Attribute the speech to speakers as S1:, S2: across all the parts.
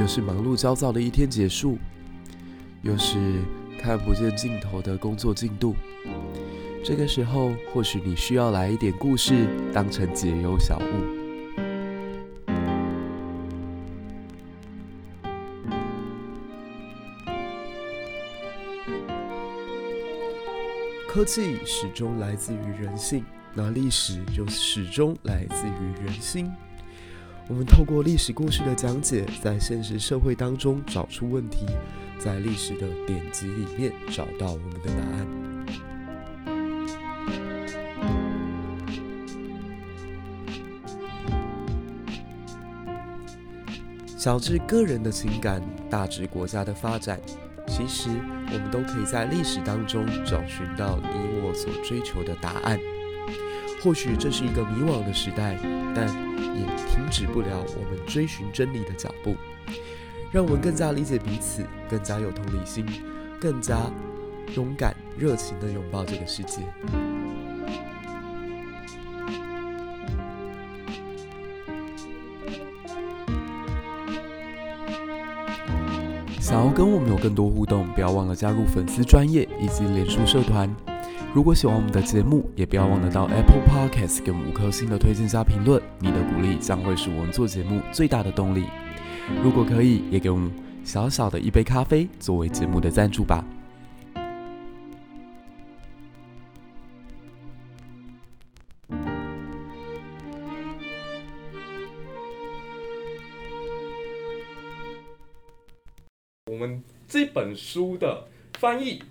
S1: 又是忙碌焦躁的一天结束，又是看不见尽头的工作进度。这个时候，或许你需要来一点故事当成解忧小物。科技始终来自于人性，那历史又始终来自于人心。我们透过历史故事的讲解，在现实社会当中找出问题，在历史的典籍里面找到我们的答案。小至个人的情感，大至国家的发展，其实我们都可以在历史当中找寻到你我所追求的答案。或许这是一个迷惘的时代，但也停止不了我们追寻真理的脚步。让我们更加理解彼此，更加有同理心，更加勇敢、热情地拥抱这个世界。想要跟我们有更多互动，不要忘了加入粉丝专业以及脸书社团。如果喜欢我们的节目，也不要忘了到 Apple Podcast 给我们五颗星的推荐加评论，你的鼓励将会是我们做节目最大的动力。如果可以，也给我们小小的一杯咖啡作为节目的赞助吧。
S2: 我们这本书的翻译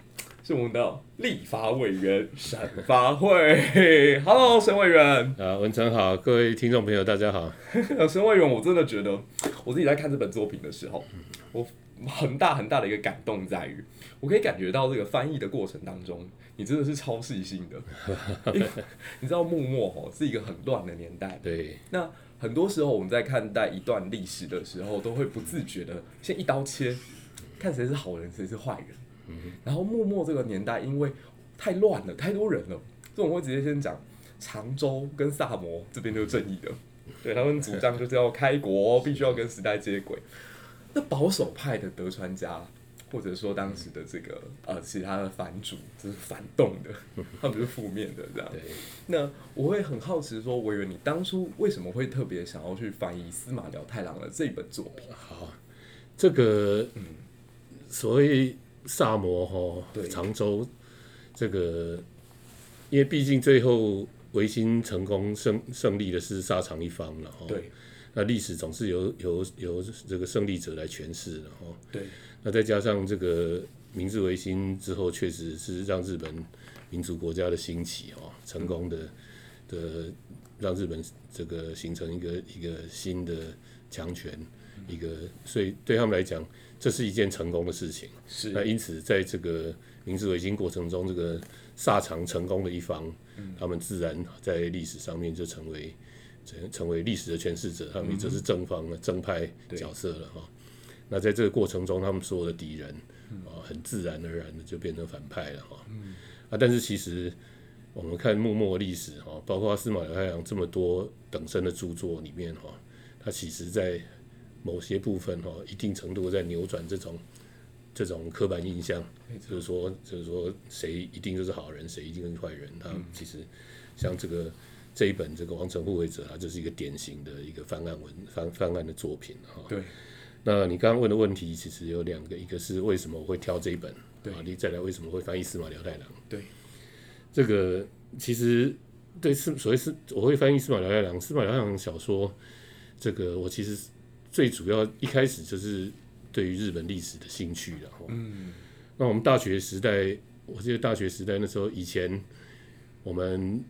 S2: 是我们的立法委员沈发会。Hello，沈委员，
S3: 啊，文成好，各位听众朋友，大家好。
S2: 沈委员，我真的觉得我自己在看这本作品的时候，我很大很大的一个感动在于，我可以感觉到这个翻译的过程当中，你真的是超细心的。 因为你知道幕末哦是一个很乱的年代，
S3: 对，
S2: 那很多时候我们在看待一段历史的时候，都会不自觉的先一刀切，看谁是好人，谁是坏人。然后幕末这个年代，因为太乱了，太多人了，所以我们会直接先讲常州跟萨摩这边就是正义的，对他们主张就是要开国，必须要跟时代接轨。那保守派的德川家，或者说当时的这个呃其他的藩主，就是反动的，他们是负面的这样。
S3: 对，
S2: 那我会很好奇说，委员，你当初为什么会特别想要去翻译司马辽太郎的这本作品？
S3: 好，这个嗯所谓萨摩哈
S2: 对
S3: 常州，这个因为毕竟最后维新成功胜胜利的是沙场一方了哈。，
S2: 对
S3: 那历史总是由由由这个胜利者来诠释的哈。
S2: 对
S3: 那再加上这个明治维新之后，确实是让日本民族国家的兴起哦，成功的的让日本这个形成一个一个新的强权，一个所以对他们来讲，这是一件成功的事情。
S2: 是
S3: 那因此，在这个明治维新过程中，这个萨长成功的一方，
S2: 嗯
S3: 他们自然在历史上面就成为成成为历史的诠释者，他们也就是正方了、正派
S2: 嗯对
S3: 角色了哈、那在这个过程中，他们所有的敌人
S2: 嗯
S3: 啊、很自然而然的就变成反派了哈、啊，但是其实我们看幕末历史哈、包括司马辽太郎这么多等身的著作里面哈、他其实在某些部分哈、一定程度在扭转这种这种刻板印象，就是说，就是说谁一定就是好人，谁一定就是坏人。他其实像这个这一本这个《王城护卫者》，它就是一个典型的一个翻案文翻翻案的作品哈。
S2: 对
S3: 那你刚刚问的问题其实有两个，一个是为什么我会挑这一本，
S2: 对
S3: 啊，你再来为什么会翻译司马辽太郎？
S2: 对，
S3: 这个其实对司所谓司我会翻译司马辽太郎，司马辽太郎小说，这个我其实最主要一开始就是对于日本历史的兴趣然后，嗯，那我们大学时代，我记得大学时代那时候以前我们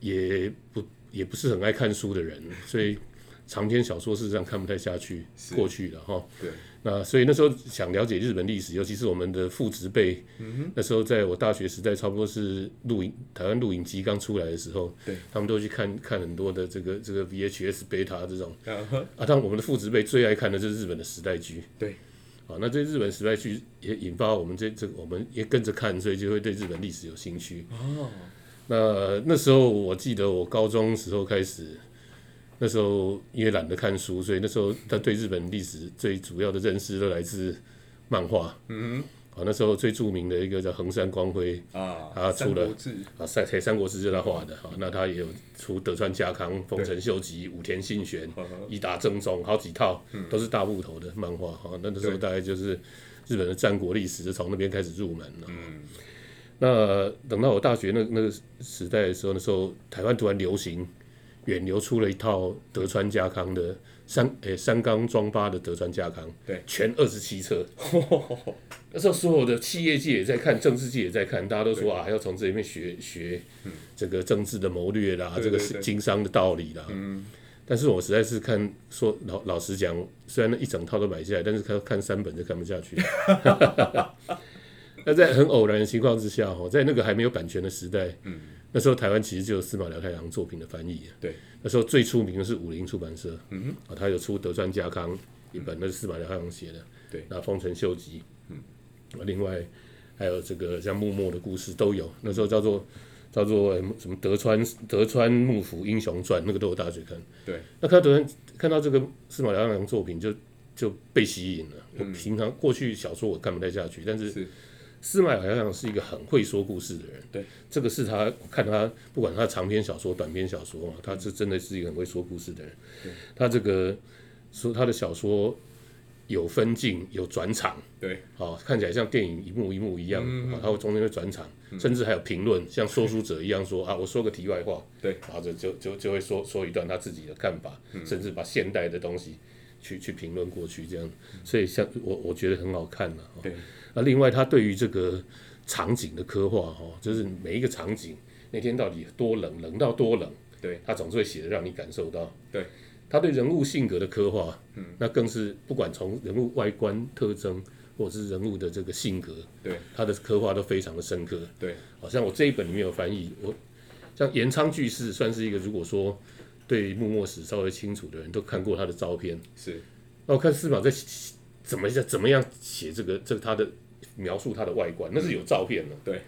S3: 也不也不是很爱看书的人，所以长篇小说事实上看不太下去，
S2: 是
S3: 过去了哈。
S2: 对，
S3: 那所以那时候想了解日本历史，尤其是我们的父职辈，
S2: 嗯
S3: 那时候在我大学时代，差不多是录影台湾录影机刚出来的时候，
S2: 对，
S3: 他们都去看看很多的这个这个 VHS 贝塔这种
S2: 嗯哼
S3: 啊，当然我们的父职辈最爱看的就是日本的时代剧，
S2: 对，
S3: 啊，那这日本时代剧也引发我们这这个我们也跟着看，所以就会对日本历史有兴趣。
S2: 哦，
S3: 那那时候我记得我高中时候开始，那时候因为懒得看书，所以那时候他对日本历史最主要的认识都来自漫画。嗯，啊，那时候最著名的一个叫横山光辉
S2: 啊
S3: 啊
S2: 三
S3: 除了
S2: 国志
S3: 啊，三《三国志》是他画的啊，那他也有出德川家康、丰臣秀吉、武田信玄、
S2: 呵呵
S3: 伊达正宗好几套，都是大部头的漫画哈。那那时候大概就是日本的战国历史，就从那边开始入门了。那等到我大学那那个时代的时候，那时候台湾突然流行远流出了一套德川家康的三诶、三缸装八的德川家康，
S2: 对
S3: 全二十 七册。那时候所有的企业界也在看，政治界也在看，大家都说啊，要从这里面学学这个政治的谋略啦，
S2: 嗯对
S3: 这个
S2: 对
S3: 是
S2: 对嗯
S3: 经商的道理啦。但是我实在是看说老老实讲，虽然那一整套都买下来，但是看看三本就看不 下去。 那在很偶然的情况之下，哈，在那个还没有版权的时代，嗯，那时候台湾其实就有司马辽太郎作品的翻译，
S2: 对，
S3: 那时候最出名的是武林出版社，嗯，啊，他有出德川家康一本，那是司马辽太郎写的，
S2: 对
S3: 那丰臣秀吉，嗯，另外还有这个像幕末的故事都有，那时候叫做叫做呃什么德川德川幕府英雄传，那个都有大学看，
S2: 对，
S3: 那看到德川看到这个司马辽太郎作品就就被吸引了，我平常过去小说我看不太下去，但是。
S2: 是
S3: 司马辽太郎是一个很会说故事的人，
S2: 对，
S3: 这个是他我看他不管他长篇小说、短篇小说嘛，啊他是真的是一个很会说故事的人。他这个说他的小说有分镜、有转场，
S2: 对，
S3: 哦，看起来像电影一幕一幕
S2: 嗯
S3: 一样，啊，他会中间会转场，甚至还有评论，像说书者一 样说啊，我说个题外话，
S2: 对，嗯
S3: 然后就就就就会说说一段他自己的看法，甚至把现代的东西去去评论过去这样，所以像我我觉得很好看了、哦
S2: 嗯对，
S3: 那另外他对于这个场景的刻画哦，就是每一个场景那天到底多冷，冷到多冷，
S2: 对
S3: 他总是会写的让你感受到，
S2: 对。
S3: 他对人物性格的刻画，嗯，那更是不管从人物外观特征，或者是人物的这个性格，
S2: 对，
S3: 他的刻画都非常的深刻。
S2: 对，
S3: 好像我这一本里面有翻译，我像岩仓具视算是一个，如果说对幕末史稍微清楚的人都看过他的照片，
S2: 是
S3: 那我看司马在写怎么样怎么样写这个这个他的描述他的外观，那是有照片的，
S2: 对，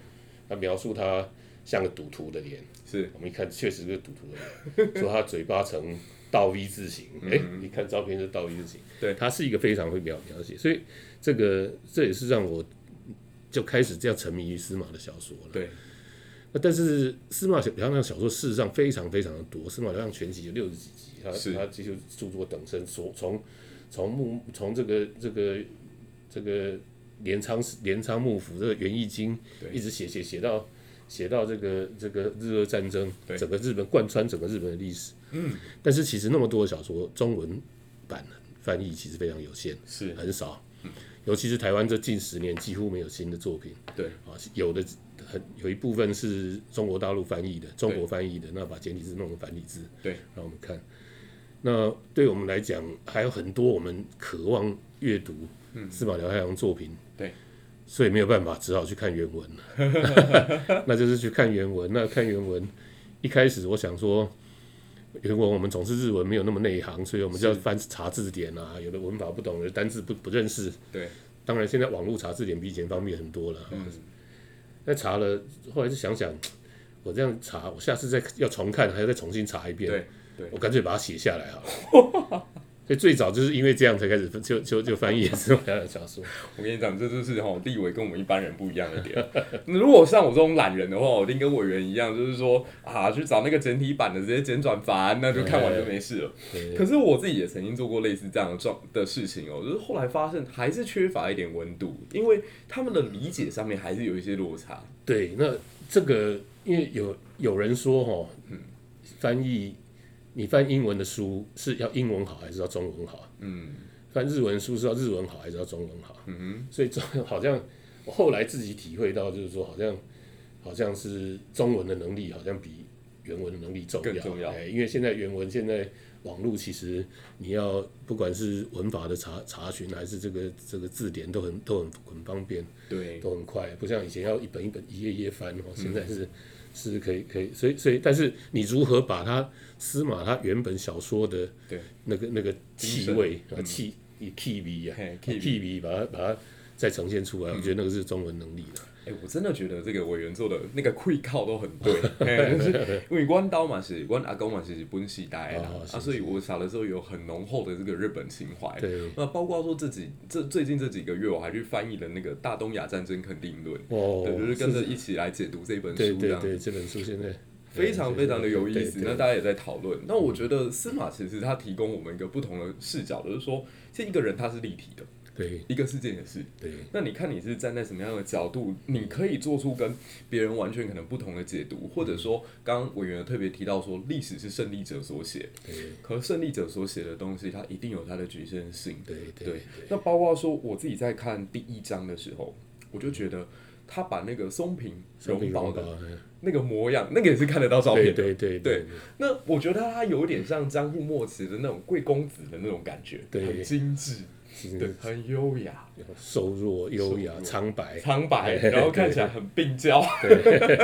S3: 他描述他像个赌徒的脸。
S2: 是
S3: 我们一看确实是赌徒的人，说他嘴巴呈倒 V 字形，哎、一看照片是倒 V 字形，
S2: 嗯对
S3: 他是一个非常会描描写，所以这个这也是让我就开始这样沉迷于司马的小说了。
S2: 对
S3: 那但是司马辽太郎小说事实上非常非常的多，司马辽太郎全集有六十几集，他
S2: 是
S3: 他这些著作等身，从从从幕从这个这个这个镰仓镰仓幕府这个源义经
S2: 对
S3: 一直写写写到写到这个这个日俄战争，
S2: 对
S3: 整个日本贯穿整个日本的历史。嗯，但是其实那么多的小说，中文版的翻译其实非常有限，
S2: 是，嗯
S3: 很少，尤其是台湾这近十年几乎没有新的作品。
S2: 对
S3: 啊，有的很有一部分是中国大陆翻译的，中国翻译的，那把简体字弄成繁体字，
S2: 对，
S3: 让我们看。那对我们来讲，还有很多我们渴望阅读司马辽太郎作品，
S2: 对，
S3: 所以没有办法，只好去看原 文了。那就是去看原文。那看原文，一开始我想说，原文我们总是日文没有那么内行，所以我们就要翻查字典啊，有的文法不懂，有的单字不不认识，
S2: 对
S3: 当然，现在网络查字典比以前方便很多了。那、查了，后来就想想，我这样查，我下次再要重看，还要再重新查一遍。
S2: 对对
S3: 我干脆把它写下来好了。所以最早就是因为这样才开始就就就翻译司马辽的小说。
S2: 我跟你讲，这就是哈立委跟我们一般人不一样的点。 如果像我这种懒人的话，我一定跟委员一样，就是说啊，去找那个简体版的，直接简转繁，那就看完就没事了。
S3: 对
S2: 可是我自己也曾经做过类似这样的状的事情哦，就是后来发现还是缺乏一点温度，因为他们的理解上面还是有一些落差。
S3: 对，那这个因为有有人说哈、翻译你翻英文的书是要英文好还是要中文好？
S2: 嗯，
S3: 翻日文书是要日文好还是要中文好？所以中好像我后来自己体会到，就是说好像好像是中文的能力好像比原文的能力重要，
S2: 更重要
S3: 哎因为现在原文现在网络其实你要不管是文法的查查询还是这个这个字典都很都很很方便，
S2: 对
S3: 都很快，不像以前要一本一本一页一页翻哦， 现在是、是可以可以，所以所以，但是你如何把它司马他原本小说的
S2: 对
S3: 那个那个气味啊气以 key 味啊
S2: 嘿气味嗯
S3: key 味把它把它再呈现出来，我觉得那个是中文能力的。
S2: 哎、我真的觉得这个委员做的 那个跪靠都很对，嘿就是因为关刀嘛是，关阿公嘛是本系带的啦
S3: 哦，是
S2: 啊，所以我小的时候有很浓厚的这个日本情怀。
S3: 对，
S2: 那包括说这几这最近这几个月，我还去翻译了那个《大东亚战争肯定论》
S3: 哦
S2: 对，，就是跟着
S3: 是
S2: 一起来解读这本
S3: 对
S2: 书这
S3: 对
S2: 样。
S3: 对，这本书现在
S2: 非常非常的有意思，那
S3: 那
S2: 大家也在讨论。那我觉得司马其实他提供我们一个不同的视角，就是说，这一个人他是立体的，
S3: 对
S2: 一个事件也是，
S3: 对
S2: 那你看你是站在什么样的角度，你可以做出跟别人完全可能不同的解读，或
S3: 嗯
S2: 者说，刚刚委员有特别提到说，历史是胜利者所写，
S3: 对
S2: 可胜利者所写的东西，它一定有它的局限性。
S3: 对
S2: 对，那包括说我自己在看第一章的时候，我就觉得他把那个松平
S3: 松
S2: 荣
S3: 平
S2: 保
S3: 荣
S2: 的
S3: 保，嗯
S2: 那个模样，那个也是看得到照片的。
S3: 对对对
S2: 对那我觉得他有点像江户末期的那种贵公子的那种感觉，
S3: 对
S2: 很精致，
S3: 对
S2: 对，
S3: 对，
S2: 很优雅。
S3: 瘦弱、优雅
S2: 瘦、弱
S3: 苍白，
S2: 苍 白，然后看起来很病娇，
S3: 对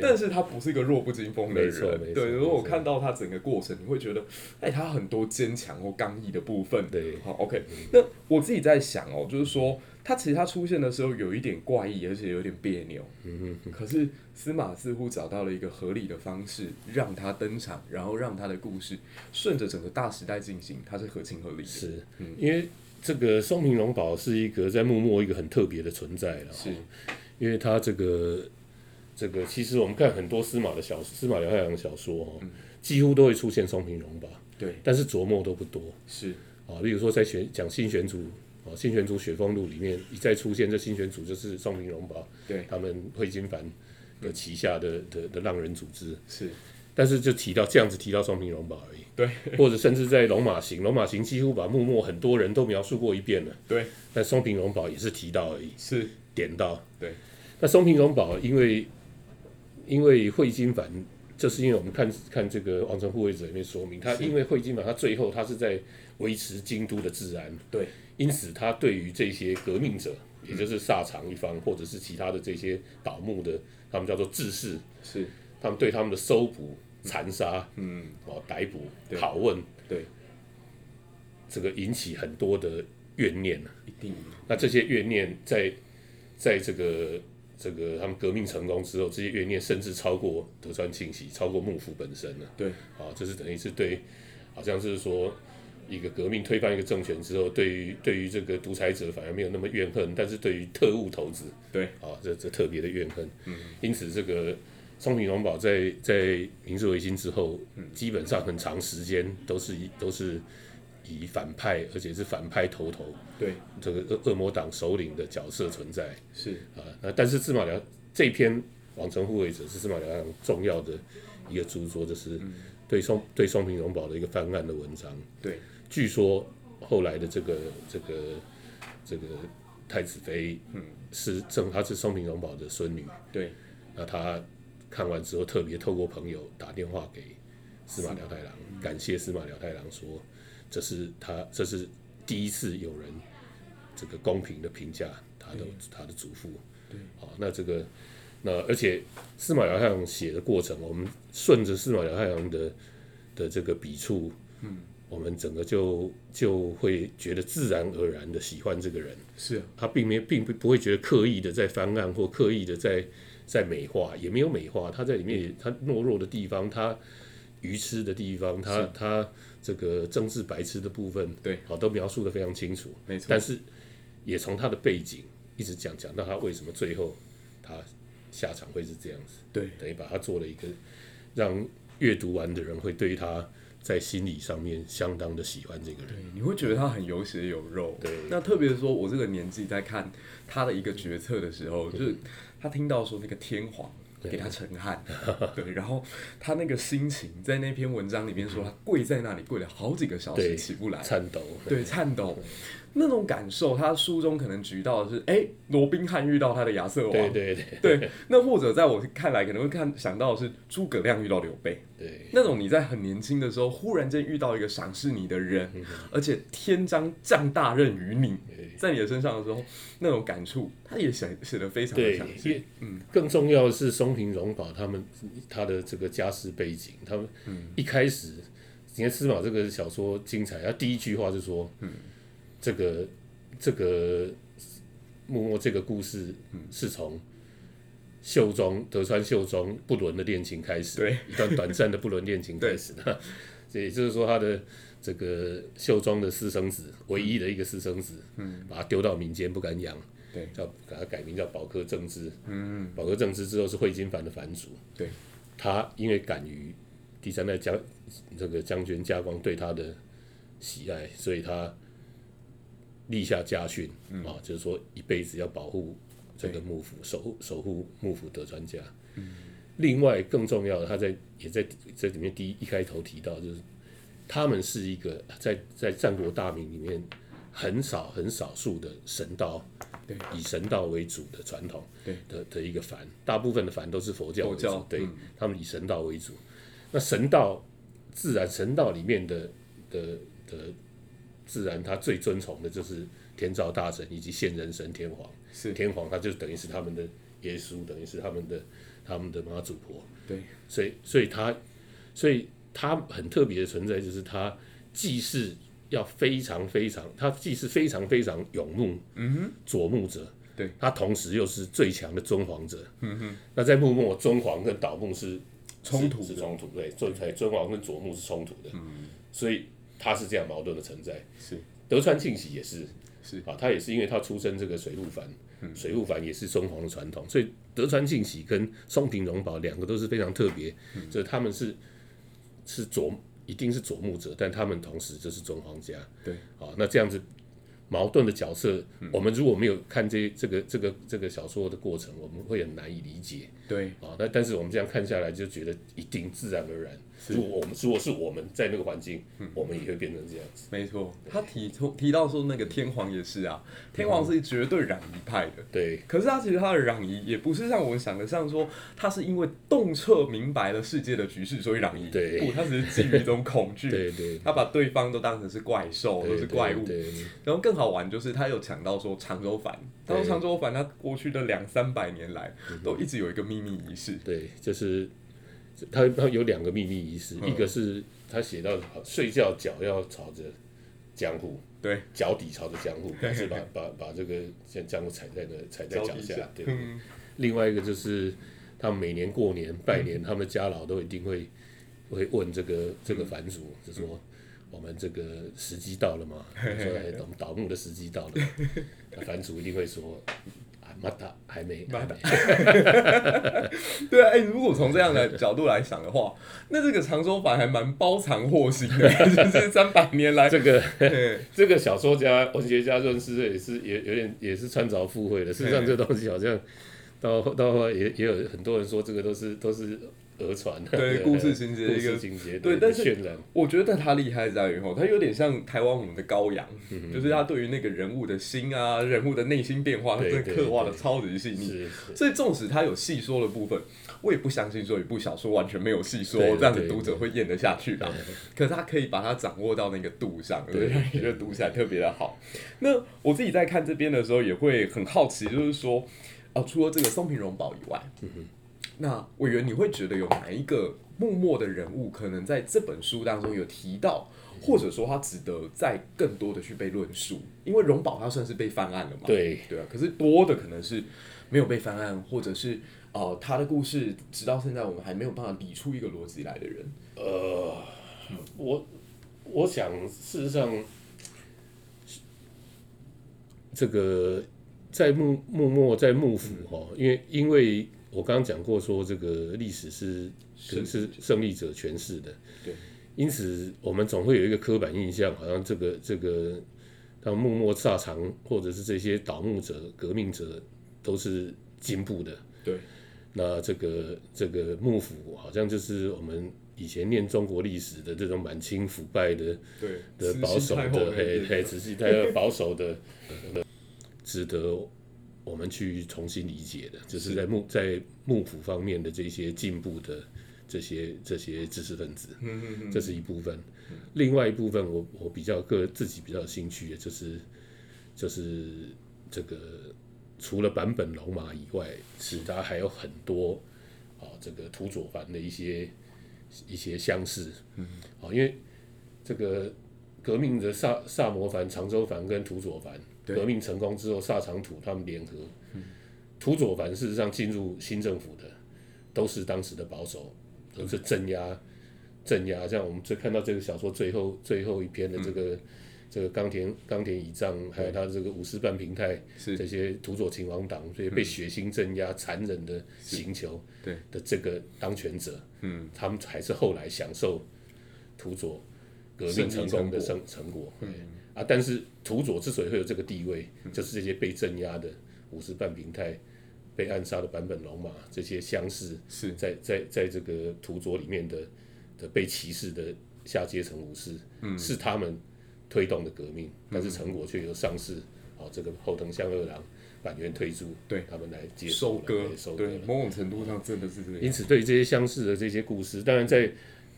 S2: 但是他不是一个弱不禁风的
S3: 没错
S2: 人。
S3: 没错
S2: 对，如果我
S3: 没错
S2: 看到他整个过程，你会觉得，哎，他很多坚强或刚毅的部分。
S3: 对嗯
S2: 好，OK。那我自己在想哦，就是说，他其实他出现的时候有一点怪异，而且有点别扭。
S3: 嗯
S2: 可是司马似乎找到了一个合理的方式，让他登场，然后让他的故事顺着整个大时代进行，它是合情合理的。
S3: 是
S2: 嗯
S3: 因为这个松平荣保是一个在幕末一个很特别的存在了，
S2: 是，
S3: 因为他这个这个，其实我们看很多司马的小司马辽太郎的小说哦，
S2: 嗯
S3: 几乎都会出现松平荣保，
S2: 对，
S3: 但是琢磨都不多
S2: 是，
S3: 啊。例如说在选讲新选组啊，新选组雪峰录里面一再出现，这新选组就是松平荣保
S2: 对，
S3: 他们会金凡的旗下的的的浪人组织，
S2: 是，
S3: 但是就提到这样子提到双平龙宝而已。
S2: 对，
S3: 或者甚至在《龙马行》，《龙马行》几乎把幕末很多人都描述过一遍了，
S2: 对，
S3: 但松平荣保也是提到而已，
S2: 是，
S3: 点到。
S2: 对，
S3: 那松平荣保因为因为惠金凡，就是因为我们看看这个《王城护卫者》里面说明，他
S2: 是
S3: 因为惠金凡，他最后他是在维持京都的治安，
S2: 对，
S3: 因此他对于这些革命者，也就是萨长一方或者是其他的这些倒幕的，他们叫做志士，
S2: 是，
S3: 他们对他们的搜捕、残杀。
S2: 嗯。
S3: 哦逮捕、
S2: 对
S3: 拷问，
S2: 对，
S3: 这个引起很多的怨念啊
S2: 一定
S3: 那这些怨念在在这个这个他们革命成功之后，这些怨念甚至超过德川庆喜，超过幕府本身了、啊。
S2: 对，
S3: 啊，这是等于是对，好像是说一个革命推翻一个政权之后，对于对于这个独裁者反而没有那么怨恨，但是对于特务头子，
S2: 对，
S3: 啊，这这特别的怨恨。嗯，因此这个松平荣保在在明治维新之后，基本上很长时间都是以都是以反派，而且是反派头头
S2: 对，
S3: 这个恶恶魔党首领的角色存在。
S2: 是
S3: 啊，那但是司马辽这篇《王城护卫者》是司马辽很重要的一个著作，就是对松对松平荣保的一个翻案的文章。
S2: 对，
S3: 据说后来的这个这个这个太子妃，嗯，是正她是松平荣保的孙女，
S2: 对，
S3: 那她看完之后特别透过朋友打电话给司马辽太郎，感谢司马辽太郎说，这是他这是第一次有人这个公平的评价他的他的祖父，
S2: 对，
S3: 好，那这个。那而且司马辽太郎写的过程，我们顺着司马辽太郎的的这个笔触，我们整个就就会觉得自然而然的喜欢这个人，
S2: 是啊，
S3: 他并没并不不会觉得刻意的在翻案或刻意的在在美化，也没有美化，他在里
S2: 嗯
S3: 面也他懦弱的地方，他愚痴的地方，他
S2: 是
S3: 他这个政治白痴的部分，
S2: 对，
S3: 好都描述的非常清楚，
S2: 没错
S3: 但，是也从他的背景一直讲讲到他为什么最后他下场会是这样子。
S2: 对，
S3: 等于把它做了一个让阅读完的人会对他在心理上面相当的喜欢这个人。
S2: 对，你会觉得他很有血有肉。
S3: 对
S2: 那特别是说我这个年纪在看他的一个决策的时候，就是他听到说那个天皇。给他陈 汉，对，然后他那个心情在那篇文章里面说，他跪在那里跪了好几个小时
S3: 对
S2: 哦起不来，
S3: 颤抖，
S2: 对，颤抖那种感受。他书中可能举到的是，哎，罗宾汉遇到他的亚瑟王，
S3: 对对对
S2: 对那或者在我看来可能会看想到的是诸葛亮遇到刘备，
S3: 对
S2: 那种你在很年轻的时候，忽然间遇到一个赏识你的人，而且天将降大任于你，
S3: 嗯对
S2: 在你的身上的时候，那种感触，他也写写的非常的
S3: 对
S2: 详，
S3: 因
S2: 细
S3: 为。更重要的是松平荣保他们他的这个家世背景，他们
S2: 嗯
S3: 一开始，你看司马这个小说精彩，他第一句话就说，
S2: 嗯嗯
S3: 这个这个幕末这个故事是从秀忠德川秀忠不伦的恋情开始，
S2: 对，
S3: 一段短暂的不 伦恋情开始。 这也就是说，他的这个秀忠的私生
S2: 嗯
S3: 子，唯一的一个私生子，嗯，把他丢到民间不敢养，
S2: 对
S3: 叫给他改名叫保科正之，嗯，保科正之之后是惠金藩的藩主，
S2: 对，
S3: 他因为敢于第三代将这个将军家光对他的喜爱，所以他立下家训、啊，就是说一辈子要保护这个幕府，守护守护幕府德川家。
S2: 嗯
S3: 另外更重要的，他在也在这里面第一一开头提到，就是他们是一个在在战国大名里面很少很少数的神道，
S2: 对，
S3: 以神道为主的传统，
S2: 对
S3: 的的一个藩，大部分的藩都是佛教为
S2: 佛
S3: 主，
S2: 教嗯
S3: 对、他们以神道为主。那神道自然神道里面的的的自然，他最尊崇的就是天照大神以及现人神天皇，
S2: 是
S3: 天皇，他就等于是他们的耶稣，等于是他们的他们的妈祖婆。
S2: 对，
S3: 所以所以他所以他很特别的存在，就是他既是要非常非常，他既是非常非常勇目，嗯左目者，
S2: 对，
S3: 他同时又是最强的尊皇者，嗯哼，那在幕末尊皇跟倒幕是
S2: 冲突
S3: 是
S2: 的嗯
S3: 冲突，对，尊才尊皇跟左目是冲突的，嗯，所以他是这样矛盾的存在，
S2: 是
S3: 德川庆喜也是，
S2: 是嗯
S3: 啊，他也是因为他出身这个水户藩，水户藩也是中皇的传统，所以德川庆喜跟松平荣保两个都是非常特别，
S2: 嗯
S3: 就是他们是是左一定是左目者，但他们同时就是中皇家，
S2: 对，嗯
S3: 好，那这样子矛盾的角色，我们如果没有看这这个这个这个小说的过程，我们会很难以理解，
S2: 对
S3: 啊，那但是我们这样看下来，就觉得一定自然而然，如果我们如果是我们在那个环境，
S2: 嗯
S3: 我们也会变成这样子。
S2: 没错，他提出提到说那个天皇也是
S3: 嗯
S2: 啊，天皇是绝对攘夷派的。
S3: 对，
S2: 可是他其实他的攘夷也不是像我们想的像说他是因为洞彻明白了世界的局势所以攘夷，
S3: 对
S2: 不，他只是基于一种恐 惧，
S3: 对对，
S2: 他把对方都当成是怪兽，都
S3: 对
S2: 是怪物。
S3: 对，对
S2: 然后更好玩就是他有讲到说长州藩，他说
S3: 对
S2: 长州藩他过去的两三百年来
S3: 嗯
S2: 都一直有一个秘密仪式，
S3: 对，就是他他有两个秘密仪式，
S2: 嗯
S3: 一个是他写到睡觉脚要朝着江户，
S2: 对，
S3: 脚底朝着江户，是把把把这个像江户踩在那踩在脚
S2: 底
S3: 下， 对。
S2: 嗯，
S3: 另外一个就是他们每年过年拜年，他们的家老都一定会会问这个这个凡族，
S2: 嗯
S3: 就说。我们这个时机到了嘛？说哎我们倒木的时机 到了嘛，那凡族一定会说啊，马达还没，还没，
S2: 对啊，哎、如果从这样的角度来想的 话，那这个长州藩还蛮包藏祸心的， 就是三百年来，
S3: 这个
S2: 对
S3: 这个小说家、文学家润饰也是也有点也是穿凿附会的。事实上，这东西好像到到后来也也有很多人说，这个都是都是讹传的，
S2: 对故事情节 的
S3: 故
S2: 一个
S3: 事情节
S2: 对
S3: 的
S2: 但是
S3: 渲染，
S2: 我觉得他厉害在于吼，他有点像台湾我们的高阳，
S3: 嗯
S2: 就是他对于那个人物的心啊、人物的内心变化，他
S3: 对
S2: 真的刻画的
S3: 对对
S2: 超级细腻。
S3: 是
S2: 所以纵使他有细说的部分，我也不相信说一部小说完全没有细说
S3: 对，
S2: 这样子
S3: 对
S2: 读者会咽得下去吧。可是他可以把它掌握到那个度上，所
S3: 对
S2: 以让你觉得读起来特别的好。那我自己在看这边的时候，也会很好奇，就是说，啊，除了这个松平荣保以外，
S3: 嗯
S2: 那委员你会觉得有哪一个幕末的人物可能在这本书当中有提到？或者说他值得再更多的去被论述，因为荣宝他算是被翻案了嘛，
S3: 对
S2: 对啊，可是多的可能是没有被翻案，或者是呃他的故事直到现在我们还没有办法理出一个逻辑来的人。
S3: 我我想，事实上，这个在幕幕末在幕府
S2: 嗯
S3: 哈、因为因为我刚刚讲过说，这个历史是
S2: 是
S3: 是胜利者诠释的，
S2: 对，
S3: 因此我们总会有一个刻板印象，好像这个这个他幕末萨长或者是这些倒幕者、革命者都是进步的，
S2: 对，
S3: 那这个这个幕府好像就是我们以前念中国历史的这种满清腐败的
S2: 对
S3: 的保守的，嘿嘿，慈禧太后保守的，呃值得我们去重新理解的，就是在幕在幕府方面的这些进步的这些这些知识分子，这是一部分。另外一部分我，我比较个自己比较有兴趣的就是就是这个除了坂本龙马以外，其他还有很多啊、这个土佐藩的一些一些相似，嗯，啊、因为这个革命的萨萨摩藩、长州藩跟土佐藩
S2: 对
S3: 革命成功之后，萨长土他们联合土佐藩事实上进入新政府的都是当时的保守，都是镇压镇压。像我们最看到这个小说最后最后一篇的这个、这个冈田冈田以藏，还有他这个武士半平太
S2: 是
S3: 这些土佐勤王党，这些被血腥镇压、残忍的刑求
S2: 对
S3: 的这个当权者，
S2: 嗯，
S3: 他们还是后来享受土佐革命成功的成成果。嗯啊，但是土佐之所以会有这个地位，就是这些被镇压的武士半平太、被暗杀的坂本龙马这些相似
S2: 是
S3: 在在在这个土佐里面的的被歧视的下阶层武士，
S2: 嗯
S3: 是他们推动的革命，但是成果却由上市哦这个后藤象二郎板垣推助
S2: 对
S3: 他们来接手
S2: 收
S3: 了
S2: 割
S3: 对，收割
S2: 对，
S3: 了。
S2: 某种程度上真的是这样。
S3: 因此，对于这些相似的这些故事，当然在《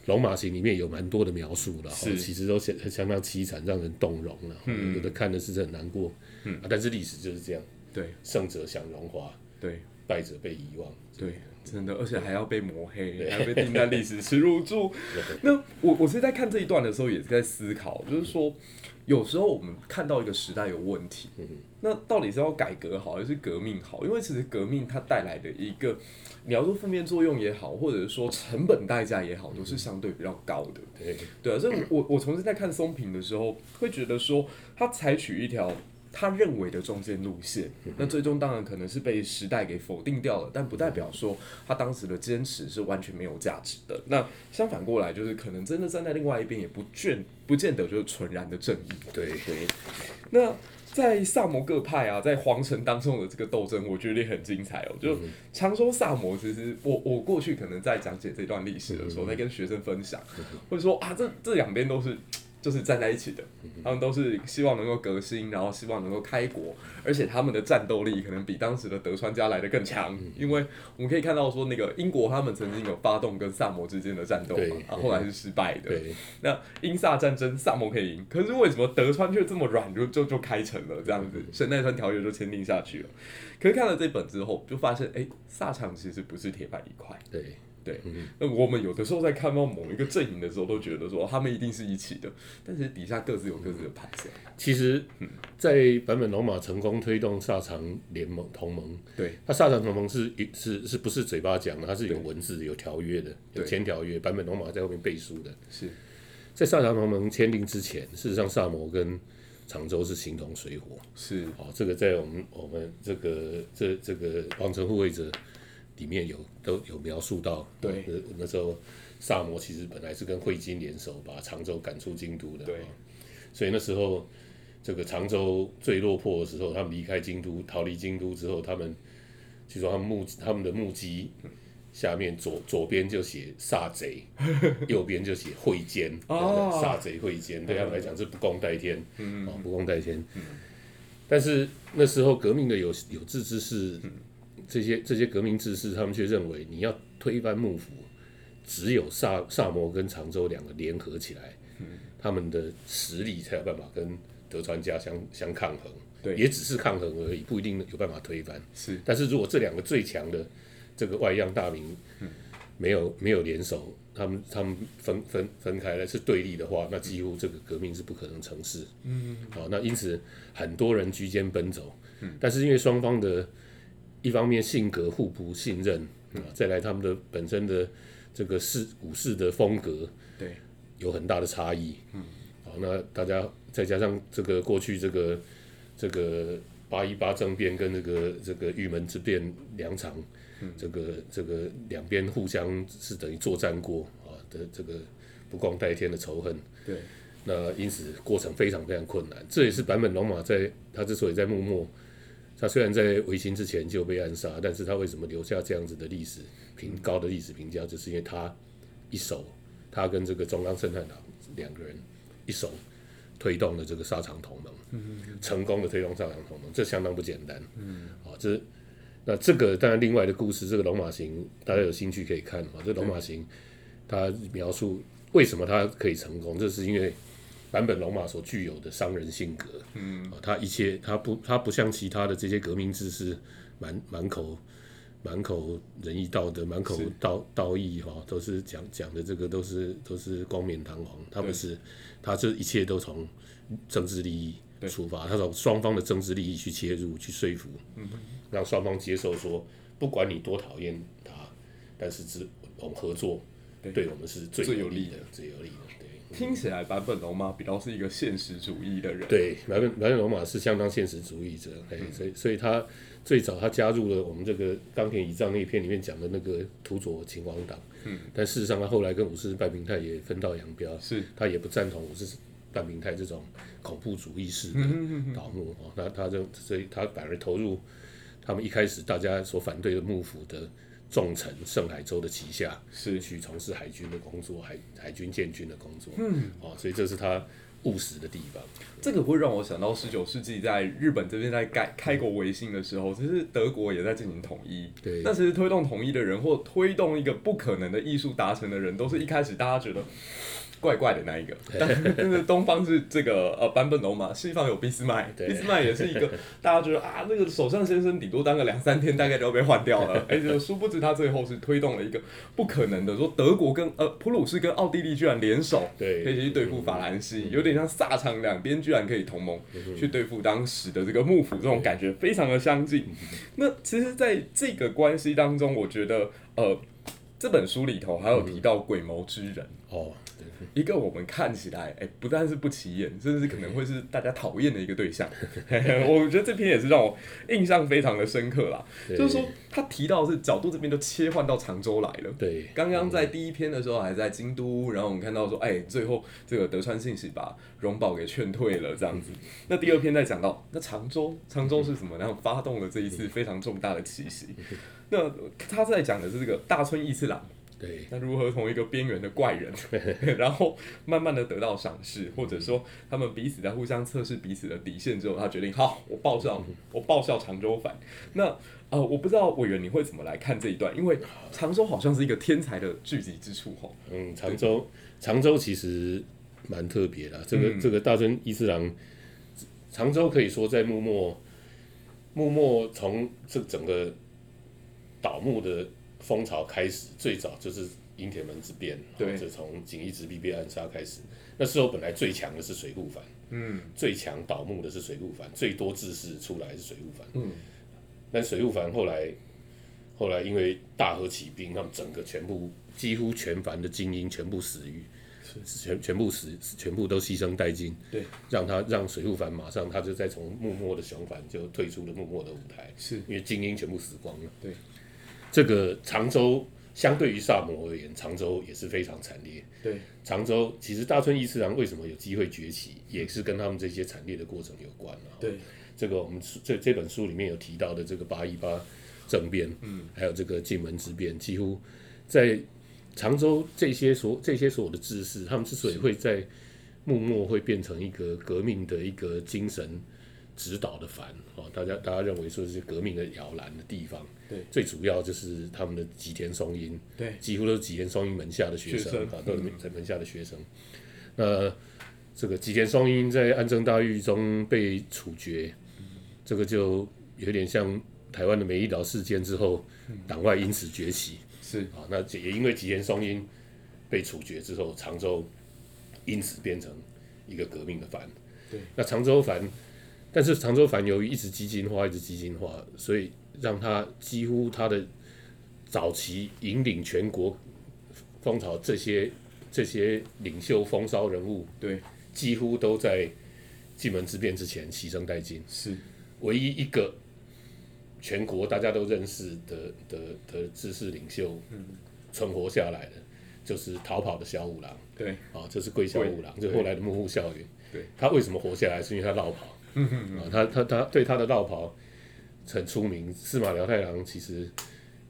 S3: 龙马行》里面有蛮多的描述了，
S2: 是嗯
S3: 其实都相相当凄惨，让人动容了。有的看的是很难过，嗯、啊，但是历史就是这样，
S2: 对
S3: 胜者享荣华，
S2: 对
S3: 败者被遗忘。
S2: 对，真的，而且还要被抹黑，还要被定在历史耻辱柱。那我我是在看这一段的时候，也在思考，就是说，有时候我们看到一个时代有问题，那到底是要改革好还是革命好？因为其实革命它带来的一个，你要说负面作用也好，或者是说成本代价也好，都是相对比较高的。
S3: 对，
S2: 对啊，所以我我我从前在看松平的时候，会觉得说他采取一条他认为的中间路线，那最终当然可能是被时代给否定掉了，但不代表说他当时的坚持是完全没有价值的。那相反过来，就是可能真的站在另外一边，也不倦不见得就是纯然的正义。
S3: 对，
S2: 对， 那在萨摩各派啊，在皇城当中的这个斗争，我觉得也很精彩哦。就
S3: 嗯
S2: 常说萨摩，其实我我过去可能在讲解这段历史的
S3: 嗯
S2: 时候，在跟学生分享，或者说啊，这这两边都是。就是站在一起的，
S3: 嗯
S2: 他们都是希望能够革新，然后希望能够开国，
S3: 嗯
S2: 而且他们的战斗力可能比当时的德川家来的更强，
S3: 嗯
S2: 因为我们可以看到说，那个英国他们曾经有发动跟萨摩之间的战斗
S3: 对嗯
S2: 嘛，啊后来是失败的，
S3: 对，
S2: 那英萨战争，萨摩可以赢，可是为什么德川却这么软就就就开城了？这样子，神奈川条约就签订下去了。可是看了这本之后，就发现，哎、萨场其实不是铁板一块。
S3: 对，
S2: 对，那我们有的时候在看到某一个阵营的时候，都觉得说他们一定是一起的，但是底下各自有各自的派系。
S3: 其实，嗯在坂本龙马成功推动萨长联盟同盟，
S2: 对，
S3: 他萨长同盟是是是不是嘴巴讲的？它是有
S2: 对
S3: 文字、有条约的，有
S2: 对
S3: 签条约，坂本龙马在后面背书的。
S2: 是
S3: 在萨长同盟签订之前，事实上萨摩跟常州是形同水火。
S2: 是，
S3: 哦，这个在我们我们这个这这个皇城护卫者里面有都有描述到。哦
S2: 对
S3: 那那时候萨摩其实本来是跟汇金联手把常州赶出京都的。
S2: 对
S3: 哦所以那时候这个常州最落魄的时候，他们离开京都，逃离京都之后，他们据说他们墓他们的墓基下面左左边就写萨贼，右边就写会监，
S2: 哦
S3: 萨贼会监，对他们来讲是不共戴天，哦，不共戴天。但是那时候革命的有有志之士，这些这些革命志士，他们却认为你要推翻幕府，只有萨萨摩跟常州两个联合起来，他们的实力才有办法跟德川家相相抗衡。
S2: 对
S3: 也只是抗衡而已，不一定有办法推翻。
S2: 是，
S3: 但是如果这两个最强的这个外样大名没有没有联手，他们他们分分分开来是对立的话，那几乎这个革命是不可能成事。嗯，好，那因此很多人居间奔走，但是因为双方的一方面性格互不信任，啊，再来他们的本身的这个士武士的风格
S2: 对，
S3: 有很大的差异。嗯，好，那大家再加上这个过去这个这个八一八政变跟这个这个玉门之变两场，这个这个两边互相是等于作战过啊的这个不共戴天的仇恨。
S2: 对，
S3: 那因此过程非常非常困难，这也是坂本龙马在他之所以在幕末，他虽然在维新之前就被暗杀，但是他为什么留下这样子的历史评高的历史评价，就是因为他一手，他跟这个中央圣太郎两个人一手推动了这个沙场同盟，成功的推动沙场同盟，这相当不简单。嗯，好，这那这个当然另外的故事，这个龙马行大家有兴趣可以看啊，这龙马行它描述为什么它可以成功，这是因为。坂本龙马所具有的商人性格，嗯、他一切他不他不像其他的这些革命志士，满满口满口仁义道德，满口
S2: 是
S3: 道道义哈、都是讲讲的这个都是都是光冕堂皇。他不
S2: 对
S3: 是，他这一切都从政治利益
S2: 对
S3: 出发，他从双方的政治利益去切入，去说服，
S2: 嗯
S3: 让双方接受说，不管你多讨厌他，但是只我们合作，
S2: 对
S3: 对我们是最
S2: 最有
S3: 有利
S2: 利
S3: 的，最有利的，对。
S2: 听起来坂本龙马比较是一个现实主义的人，
S3: 对，莱本莱本罗马是相当现实主义者，哎、所以所以他最早他加入了我们这个钢铁仪仗那一篇里面讲的那个土佐秦王党，嗯，但事实上他后来跟武士半平太也分道扬镳，
S2: 是
S3: 他也不赞同武士半平太这种恐怖主义式的倒幕哦，那他就所以他反而投入他们一开始大家所反对的幕府的重臣盛海州的旗下，
S2: 是
S3: 去从事海军的工作，海海军建军的工作，嗯，哦，所以这是他务实的地方。
S2: 这个会让我想到十九世纪在日本这边在开开国维新的时候，其实德国也在进行统一。
S3: 对
S2: 那其实推动统一的人或推动一个不可能的艺术达成的人，都是一开始大家觉得怪怪的那一个。但是但是东方是这个呃坂本龙马，西方有俾斯麦，
S3: 对
S2: 俾斯麦也是一 个大家觉得啊那个首相先生顶多当个两三天，大概就要被换掉 了。哎，就殊不知他最后是推动了一个不可能的，说德国跟呃普鲁士跟奥地利居然联手，
S3: 对嗯
S2: 可以去对付法兰西，有点像萨场两边居然可以同盟去对付当时的这个幕府，这种感觉非常的相近。
S3: 嗯
S2: 那其实，在这个关系当中，我觉得呃，这本书里头还有提到鬼谋之人，
S3: 哦，对
S2: 一个我们看起来哎、不但是不起眼，甚至可能会是大家讨厌的一个对象。 我觉得这篇也是让我印象非常的深刻啦，
S3: 对
S2: 就是说他提到是角度这边都切换到常州来了。
S3: 对
S2: 刚刚在第一篇的时候还在京都，然后我们看到说，哎，最后这个德川信喜把荣保给劝退了，这样子。那第二篇在讲到，那常州，常州是什么？然后发动了这一次非常重大的奇袭。那他在讲的是这个大村义次郎，
S3: 对
S2: 那如何从一个边缘的怪人， 然后慢慢的得到赏识，或者说他们彼此在互相测试彼此的底线之后，他决定好，我报效，我报效常州反。那呃，我不知道委员你会怎么来看这一段，因为常州好像是一个天才的聚集之处吼。
S3: 嗯，常州常州其实蛮特别的，啊这个、
S2: 嗯
S3: 这个大村伊次郎，常州可以说在幕末幕末从这整个倒幕的风潮开始，最早就是应铁门之变，
S2: 对
S3: 就从锦衣直弼被暗杀开始。那时候本来最强的是水户藩，
S2: 嗯，
S3: 最强倒幕的是水户藩，最多志士出来是水户藩，
S2: 嗯，
S3: 但水户藩后来后来因为大和起兵，他们整个全部几乎全藩的精英全部死于，全全部死，全部都牺牲殆尽，
S2: 对，
S3: 让他让水户藩马上他就再从幕末的雄藩就退出了幕末的舞台，
S2: 是
S3: 因为精英全部死光了。
S2: 对，
S3: 这个常州相对于萨摩而言，常州也是非常惨烈。
S2: 对，
S3: 常州其实大村伊次郎为什么有机会崛起，也是跟他们这些惨烈的过程有关啊。
S2: 对，
S3: 这个我们书这这本书里面有提到的这个八一八政变，嗯，还有这个进门之变，几乎在常州这些所这些所有的志士，他们之所以会在幕末会变成一个革命的一个精神指导的帆哦，大家大家认为说是革命的摇篮的地方，
S2: 对
S3: 最主要就是他们的吉田松阴，
S2: 对
S3: 几乎都是吉田松阴门下的学
S2: 学
S3: 生
S2: 生嗯
S3: 啊，都是门门下的学生。那这个吉田松阴在安政大狱中被处决，这个就有点像台湾的美医疗事件之后，党外因此崛起
S2: 嗯是
S3: 啊。那也因为吉田松阴被处决之后，常州因此变成一个革命的藩。
S2: 对，
S3: 那常州藩，但是常州藩由于一直激进化，一直激进化，所以让他几乎他的早期引领全国风潮这些这些领袖风骚人物，
S2: 对，
S3: 几乎都在进门之变之前牺牲殆尽。
S2: 是
S3: 唯一一个全国大家都认识的的的知识领袖，存活下来的就是逃跑的小五郎。
S2: 对，
S3: 啊，这是桂小五郎，就是后来的幕户校园。
S2: 对，
S3: 他为什么活下来？是因为他绕跑。啊，他他他对他的绕跑很出名。司马辽太郎其实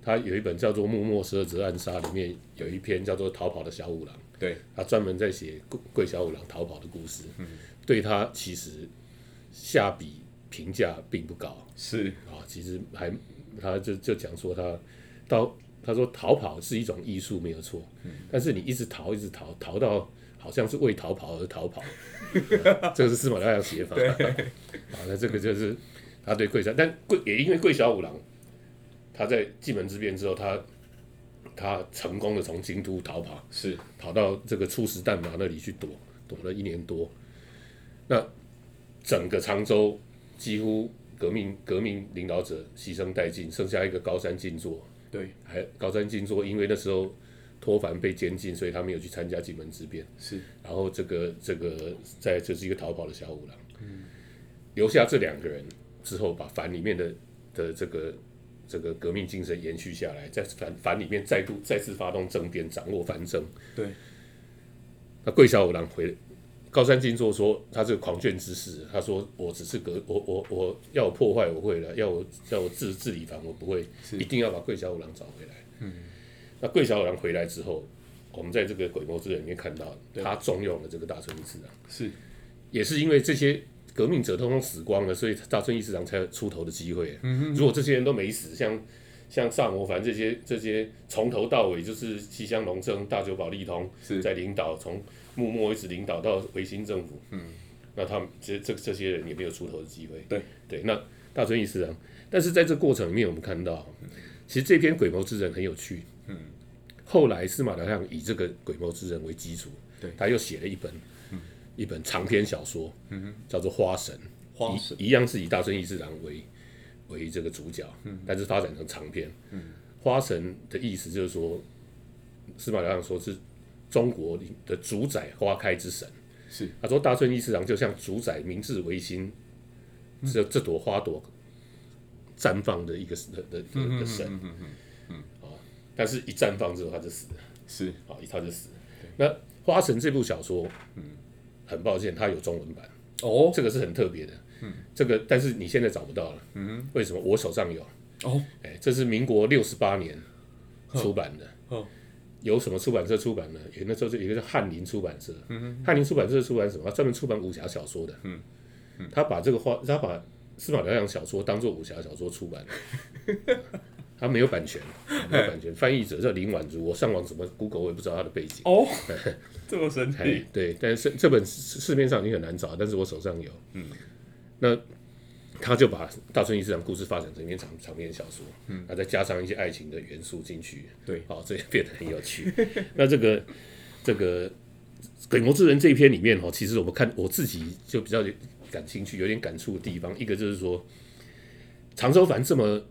S3: 他有一本叫做《幕末十二则暗杀》，里面有一篇叫做《逃跑的小五郎》，
S2: 对，
S3: 他专门在写桂桂小五郎逃跑的故事。对他其实下笔评价并不高。
S2: 是
S3: 啊，其实还他就就讲说他到他说逃跑是一种艺术没有错，但是你一直逃一直逃逃到好像是为逃跑而逃跑，啊这个是司马辽阳写法。 啊，那这个就是他对桂小，但桂也因为桂小五郎他在蓟门之变之后，他他成功的从京都逃跑，
S2: 是
S3: 跑到这个初石旦麻那里去躲，躲了一年多。那整个常州几乎革命革命领导者牺牲殆尽，剩下一个高山静坐。
S2: 对，
S3: 还高山静坐，因为那时候托凡被监禁，所以他没有去参加金门之变。
S2: 是
S3: 然后这个这个在这是一个逃跑的小五郎，留下这两个人之后，把反里面的的这个这个革命精神延续下来，在反反里面再度再次发动政变，掌握藩政。
S2: 对，
S3: 那桂小五郎回高山金作说，他这个狂卷之士，他说我只是革我我我要我破坏我会了，要我要我治治理反我不会，
S2: 是
S3: 一定要把桂小五郎找回来。嗯，那桂小五郎回来之后，我们在这个鬼魔之刃里面看到，
S2: 对
S3: 他重用了这个大啊村一次郎。
S2: 是
S3: 也是因为这些革命者通通死光了，所以大村一市长才有出头的机会。
S2: 嗯
S3: 如果这些人都没死，像像萨摩藩这些这些从头到尾就是西乡隆正、大久保利通
S2: 是
S3: 在领导，从幕末一直领导到维新政府。嗯，那他们这这这些人也没有出头的机会。
S2: 对
S3: 对，那大村一市长，但是在这过程里面，我们看到，
S2: 嗯
S3: 其实这篇《鬼谋之刃》很有趣。嗯。后来司马辽太郎以这个《鬼谋之刃》为基础，
S2: 对
S3: 他又写了一本一本长篇小说，叫做《嗯花神》，
S2: 花神
S3: 一一样是以大村义次郎为为这个主角，但是发展成长篇。花神的意思就是说，司马辽阳说是中国的主宰花开之神。
S2: 是，
S3: 他说大村义次郎就像主宰明治维新这、这朵花朵绽放的一个的的的的神。嗯嗯但是一绽放之后他就死了。
S2: 是
S3: 好，哦一套就死。那《花神》这部小说，很抱歉，它有中文版，
S2: 哦
S3: 这个是很特别的，这个但是你现在找不到了，为什么？我手上有，
S2: 哦
S3: 哎，这是民国六十八年出版的
S2: 哼，
S3: 由什么出版社出版呢？有那时候就有一个叫翰林出版社，翰林出版社出版什么？它专门出版武侠小说的，他把这个花，他把司马辽阳小说当做武侠小说出版，他没有版权，没有版权，翻译者叫林婉如，我上网怎么 Google 我也不知道他的背景。
S2: 哦，这么神
S3: 哎
S2: 奇，，
S3: 对，但是这本市市面上已经很难找，但是我手上有。嗯，那他就把大春一市场故事发展成一篇长长篇小说，嗯，那再加上一些爱情的元素进去，
S2: 对
S3: 好、这也变得很有趣。 那这个这个《鬼魔之人》这一篇里面哦，其实我们看我自己就比较感兴趣、有点感触的地方，一个就是说，常州藩这么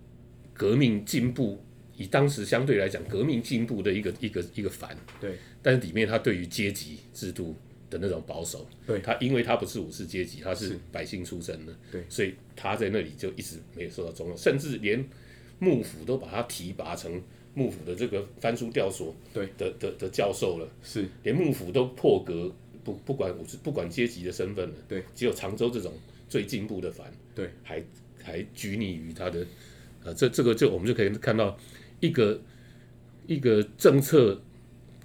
S3: 革命进步，以当时相对来讲革命进步的一个一个一个藩，
S2: 对，
S3: 但是里面他对于阶级制度的那种保守，
S2: 对
S3: 他因为他不是武士阶级，他是
S2: 是
S3: 百姓出身的，
S2: 对
S3: 所以他在那里就一直没有受到重用，甚至连幕府都把他提拔成幕府的这个翻书吊索
S2: 对
S3: 的的的教授了，
S2: 是
S3: 连幕府都破格不不管武士不管阶级的身份了，
S2: 对，
S3: 只有常州这种最进步的藩，
S2: 对，
S3: 还还拘泥于他的，呃，这这个就我们就可以看到一个一个政策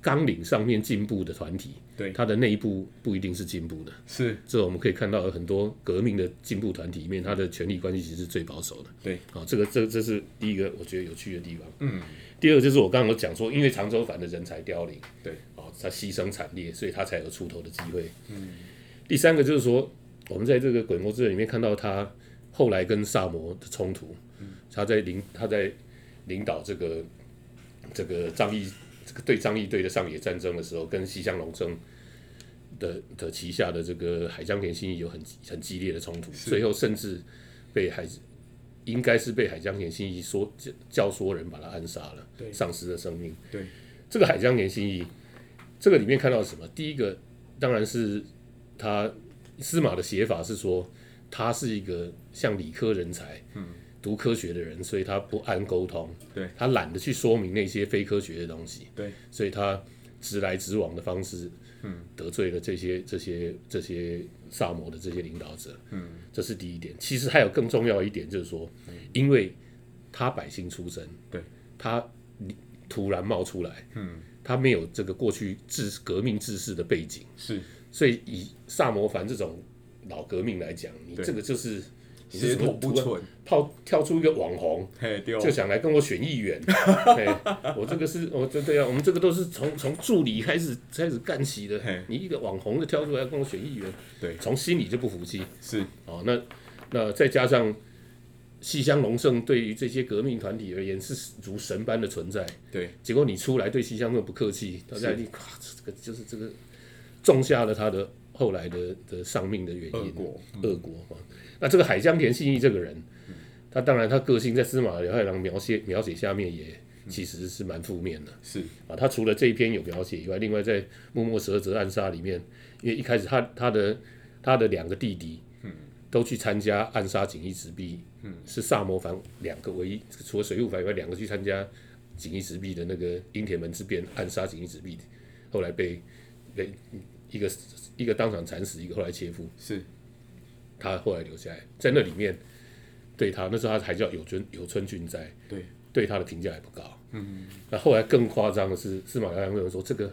S3: 纲领上面进步的团体，
S2: 对
S3: 它的内部不一定是进步的，
S2: 是
S3: 这我们可以看到很多革命的进步团体里面，它的权力关系其实是最保守的。
S2: 对，
S3: 好、这个这这是第一个我觉得有趣的地方。嗯，第二个就是我刚刚有讲说，因为常州藩的人才凋零，
S2: 对，
S3: 哦，他牺牲惨烈，所以他才有出头的机会。嗯，第三个就是说，我们在这个《鬼魔之刃》里面看到他后来跟萨摩的冲突，
S2: 嗯
S3: 他在领他在领导这个这个张毅这个对张毅队的上野战争的时候，跟西乡隆正的的旗下的这个海江田信义有很很激烈的冲突，最后甚至被海应该是被海江田信义说教教唆人把他暗杀了，
S2: 对
S3: 丧失了生命。
S2: 对，
S3: 这个海江田信义，这个里面看到什么？第一个当然是他司马的写法是说他是一个像理科人才，嗯，读科学的人，所以他不按沟通，
S2: 对
S3: 他懒得去说明那些非科学的东西，
S2: 对，
S3: 所以他直来直往的方式，嗯，得罪了这些这些这些萨摩的这些领导者，嗯，这是第一点。其实还有更重要一点，就是说，因为他百姓出身，
S2: 对，
S3: 他突然冒出来，嗯，他没有这个过去治革命志士的背景。
S2: 是
S3: 所以以萨摩藩这种老革命来讲，你
S2: 对
S3: 这个就是你是
S2: 血
S3: 什么
S2: 统不
S3: 突然
S2: 纯，
S3: 跳跳出一个网红，
S2: 嘿对哦，
S3: 就想来跟我选 议员。嘿我这个是，我这对啊，我们这个都是从从助理开始开始干起的
S2: 嘿。
S3: 你一个网红就跳出来跟我选议员，
S2: 对
S3: 从心里就不服气。
S2: 是
S3: 哦，那那再加上西乡隆盛对于这些革命团体而言是如神般的存在，
S2: 对
S3: 结果你出来对西乡这么不客气，他在你哇，这个就是这个种下了他的后来的的丧命的原
S2: 俄
S3: 因。
S2: 国
S3: 俄国嘛。那这个海江田信义这个人，他当然他个性在司马辽太郎描写描写下面也其实是蛮负面的
S2: 是
S3: 啊。他除了这一篇有描写以外，另外在《幕末十二则暗杀》里面，因为一开始他他的他的两个弟弟，都去参加暗杀锦衣直弼，是萨摩藩两个唯一除了水户藩以外两个去参加锦衣直弼的那个英铁门之变暗杀锦衣直弼，后来被被一个一个当场惨死，一个后来切腹。
S2: 是
S3: 他后来留下来，在那里面对他那时候他还叫有村有村俊哉，
S2: 对
S3: 对他的评价也不高。嗯，那后来更夸张的是，司马辽太郎说这个。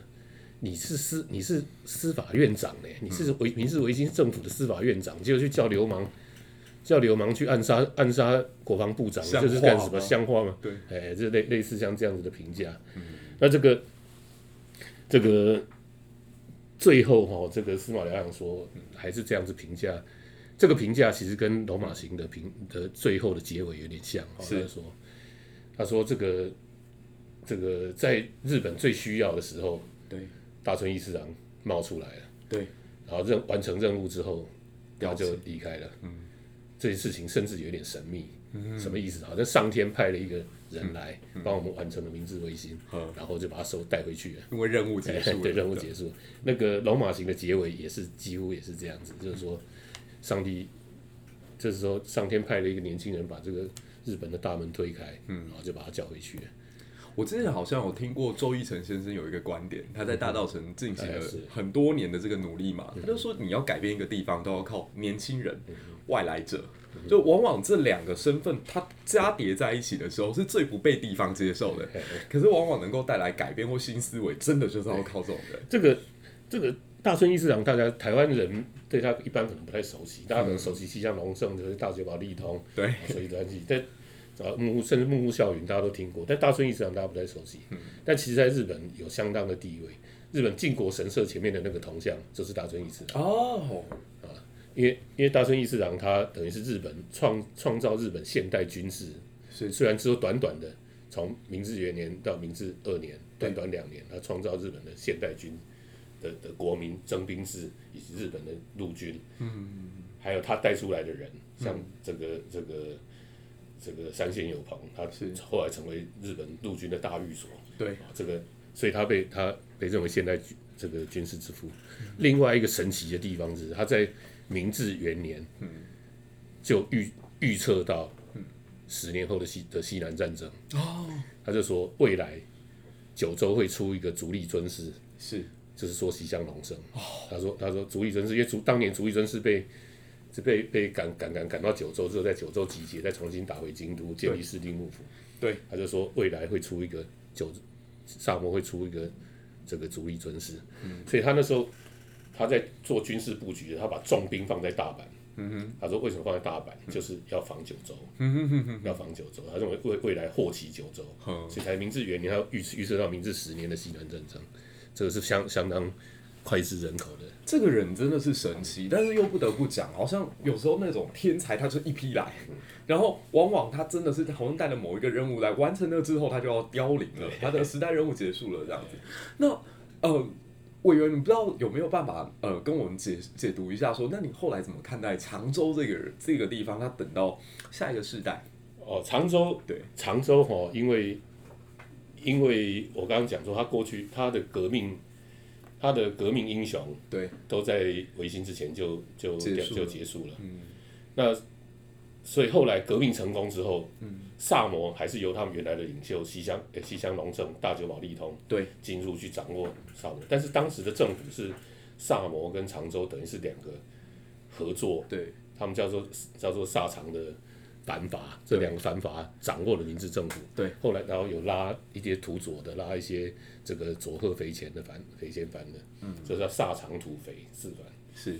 S3: 你是司你是司法院长呢、你
S2: 嗯
S3: 是维你是维新政府的司法院长，结果去叫流氓，叫流氓去暗杀暗杀国防部长，
S2: 像
S3: 这是干
S2: 话
S3: 什
S2: 吗
S3: 么像话吗？
S2: 对，嗯
S3: 哎，这类类似像这样子的评价。那这个这个最后哈、这个司马辽阳说还是这样子评价，这个评价其实跟罗马行的评的最后的结尾有点像哈、
S2: 是
S3: 他说他说这个这个在日本最需要的时候，
S2: 对
S3: 大村一次郎冒出来了，
S2: 对，
S3: 然后任完成任务之后，他
S2: 了解
S3: 就离开了。嗯，这件事情甚至有点神秘，
S2: 嗯
S3: 什么意思？啊好像上天派了一个人来帮我们完成了明治维新，
S2: 嗯
S3: 然后就把他收带回去了。
S2: 因为任务结束了，
S3: 对，任务结束。那个《龙马行》的结尾也是几乎也是这样子，就是说，上帝，这时候上天派了一个年轻人把这个日本的大门推开，嗯，然后就把他叫回去了。
S2: 我之前好像有听过周一成先生有一个观点，他在大道城进行
S3: 哎
S2: 了
S3: 是
S2: 很多年的这个努力嘛，他就说你要改变一个地方，都要靠年轻人、
S3: 嗯
S2: 外来者，就往往这两个身份它加叠在一起的时候，是最不被地方接受的。可是往往能够带来改变或新思维，真的就是要靠这种人。
S3: 这个这个大村义次郎，大家台湾人对他一般可能不太熟悉，大家可能熟悉西乡隆盛就是大久保利通、
S2: 对，
S3: 水端系，但啊木屋甚至木屋孝允大家都听过，但大村义次郎大家不太熟悉。
S2: 嗯
S3: 但其实在日本有相当的地位，日本靖国神社前面的那个铜像就是大村义次郎，
S2: 哦，
S3: 因为因为大村义次郎他等于是日本创创造日本现代军事
S2: 是
S3: 虽然只有短短的，从明治元年到明治二年，短短两年，他创造日本的现代军的的国民征兵制，以及日本的陆军，嗯，还有他带出来的人，
S2: 嗯
S3: 像这个、这个这个山县有朋，他
S2: 是
S3: 后来成为日本陆军的大御所，
S2: 对，
S3: 啊这个，所以他被他被认为现代军这个军事之父。另外一个神奇的地方是，他在明治元年，就预预测到十年后的西的西南战争，
S2: 哦，
S3: 他就说未来九州会出一个足利尊氏，
S2: 是
S3: 就是说西乡隆盛。他说他说足利尊氏，因为足当年足利尊氏被是被被赶赶赶赶到九州之后，在九州集结，再重新打回京都，建立
S2: 对
S3: 室町幕府。
S2: 对，
S3: 他就说未来会出一个九萨摩会出一个这个足利尊氏，
S2: 嗯
S3: 所以他那时候他在做军事布局，他把重兵放在大阪。
S2: 嗯
S3: 他说为什么放在大阪，就是要防九州，要防九州。他认为未未来祸起九州，
S2: 嗯
S3: 所以才明治元年，他预预测到明治十年的西南战争，这个是相相当脍炙人口的。
S2: 这个人真的是神奇，但是又不得不讲，好像有时候那种天才，他就是一批来，然后往往他真的是好像带了某一个任务来完成了之后，他就要凋零了，他的时代任务结束了这样子。那呃，委员，你不知道有没有办法呃跟我们解解读一下说，那你后来怎么看待常州这个人这个地方？他等到下一个世代，
S3: 哦，常州
S2: 对，
S3: 常州哈、哦因为因为我刚刚讲说，他过去他的革命，他的革命英雄
S2: 对，
S3: 都在维新之前就就
S2: 结
S3: 掉
S2: 束
S3: 就
S2: 了
S3: 结束了。
S2: 嗯，
S3: 那所以后来革命成功之后，
S2: 嗯
S3: 萨摩还是由他们原来的领袖西乡呃西乡隆盛、大久保利通
S2: 对，
S3: 进入去掌握萨摩，但是当时的政府是萨摩跟常州等于是两个合作
S2: 对，
S3: 他们叫做叫做萨长的反法，这两个反法掌握了明治政府。
S2: 对，
S3: 后来然后有拉一些土佐的，拉一些这个佐贺肥前的反肥前藩的，嗯，这叫萨长土肥四藩，
S2: 是，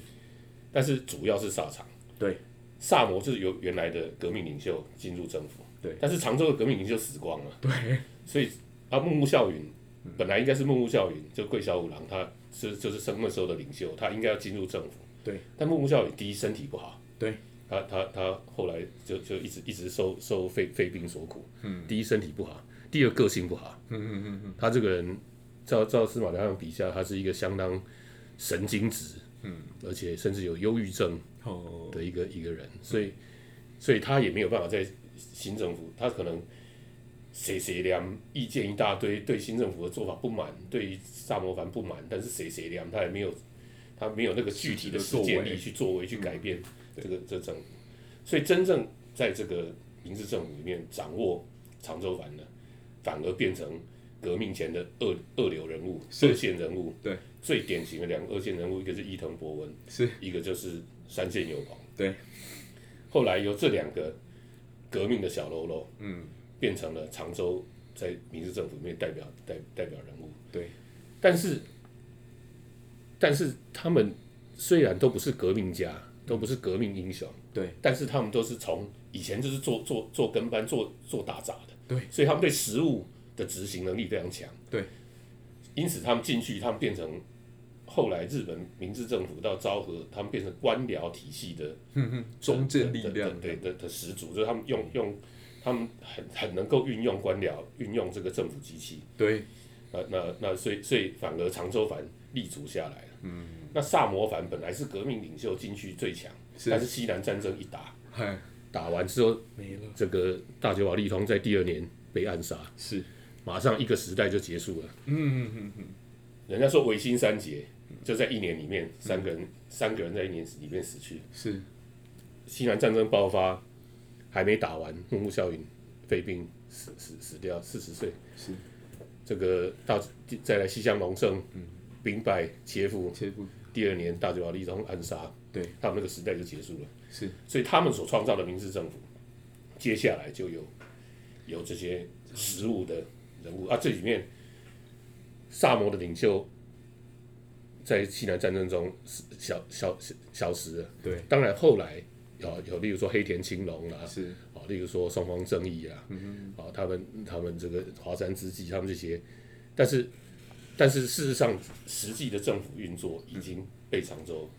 S3: 但是主要是萨长。
S2: 对，
S3: 萨摩就是由原来的革命领袖进入政府，
S2: 对
S3: 但是常州的革命领袖死光了，
S2: 对，
S3: 所以啊木木孝允本来应该是木木孝允，就桂小五郎，他是就是生那时候的领袖，他应该要进入政府，
S2: 对，
S3: 但木木孝允第一身体不好，
S2: 对，
S3: 他他他后来就就一直一直受受肺肺病所苦，嗯，第一身体不好，第二个性不好，嗯嗯嗯嗯，他这个人照照司马辽阳笔下，他是一个相当神经质，嗯，而且甚至有忧郁症
S2: 哦，
S3: 的一个一个人，所以所以他也没有办法在新政府，他可能谁谁凉意见一大堆，对新政府的做法不满，对萨摩藩不满，但是谁谁凉他也没有他没有那个具体的实践力去作为嗯去改变这个这政府，所以真正在这个明治政府里面掌握长州藩的，反而变成革命前的二二流人物、
S2: 是
S3: 二线人物。
S2: 对，
S3: 最典型的两个二线人物，一个是伊藤博文，
S2: 是
S3: 一个就是三线友朋。
S2: 对，
S3: 后来由这两个革命的小喽啰，嗯，变成了常州在明治政府里面代表代代表人物。
S2: 对，
S3: 但是但是他们虽然都不是革命家，都不是革命英雄，
S2: 对，
S3: 但是他们都是从以前就是做做做跟班、做做打杂的，
S2: 对，
S3: 所以他们对实务的执行能力非常强，
S2: 对，
S3: 因此他们进去，他们变成后来日本明治政府到昭和，他们变成官僚体系的
S2: 中正力量
S3: 的的的的的始祖，就是他们用用他们很很能够运用官僚，运用这个政府机器，
S2: 对
S3: 那那那所以所以反而常州藩立足下来了。嗯，那萨摩藩本来是革命领袖进去最强，
S2: 是
S3: 但是西南战争一打，
S2: 嗨
S3: 打完之后，
S2: 没了
S3: 这个大久保利通在第二年被暗杀，
S2: 是
S3: 马上一个时代就结束了。嗯嗯嗯人家说维新三杰就在一年里面，三个人、三个人在一年里面死去。
S2: 是
S3: 西南战争爆发还没打完，木木孝允肺病死死死掉，四十岁。
S2: 是
S3: 这个大再来西乡隆盛，兵败切腹，
S2: 切腹
S3: 第二年大久保利通暗杀，
S2: 对，
S3: 他们那个时代就结束了。
S2: 是
S3: 所以他们所创造的明治政府，接下来就有有这些实物的人物啊，这里面萨摩的领袖在西南战争中死消消消消失了。
S2: 对
S3: 当然后来有有例如说黑田清隆啦、
S2: 是
S3: 哦，例如说双方正义啊，
S2: 嗯
S3: 哦，他们他们这个华山之计，他们这些，但是但是事实上，实际的政府运作
S2: 嗯
S3: 已经被常州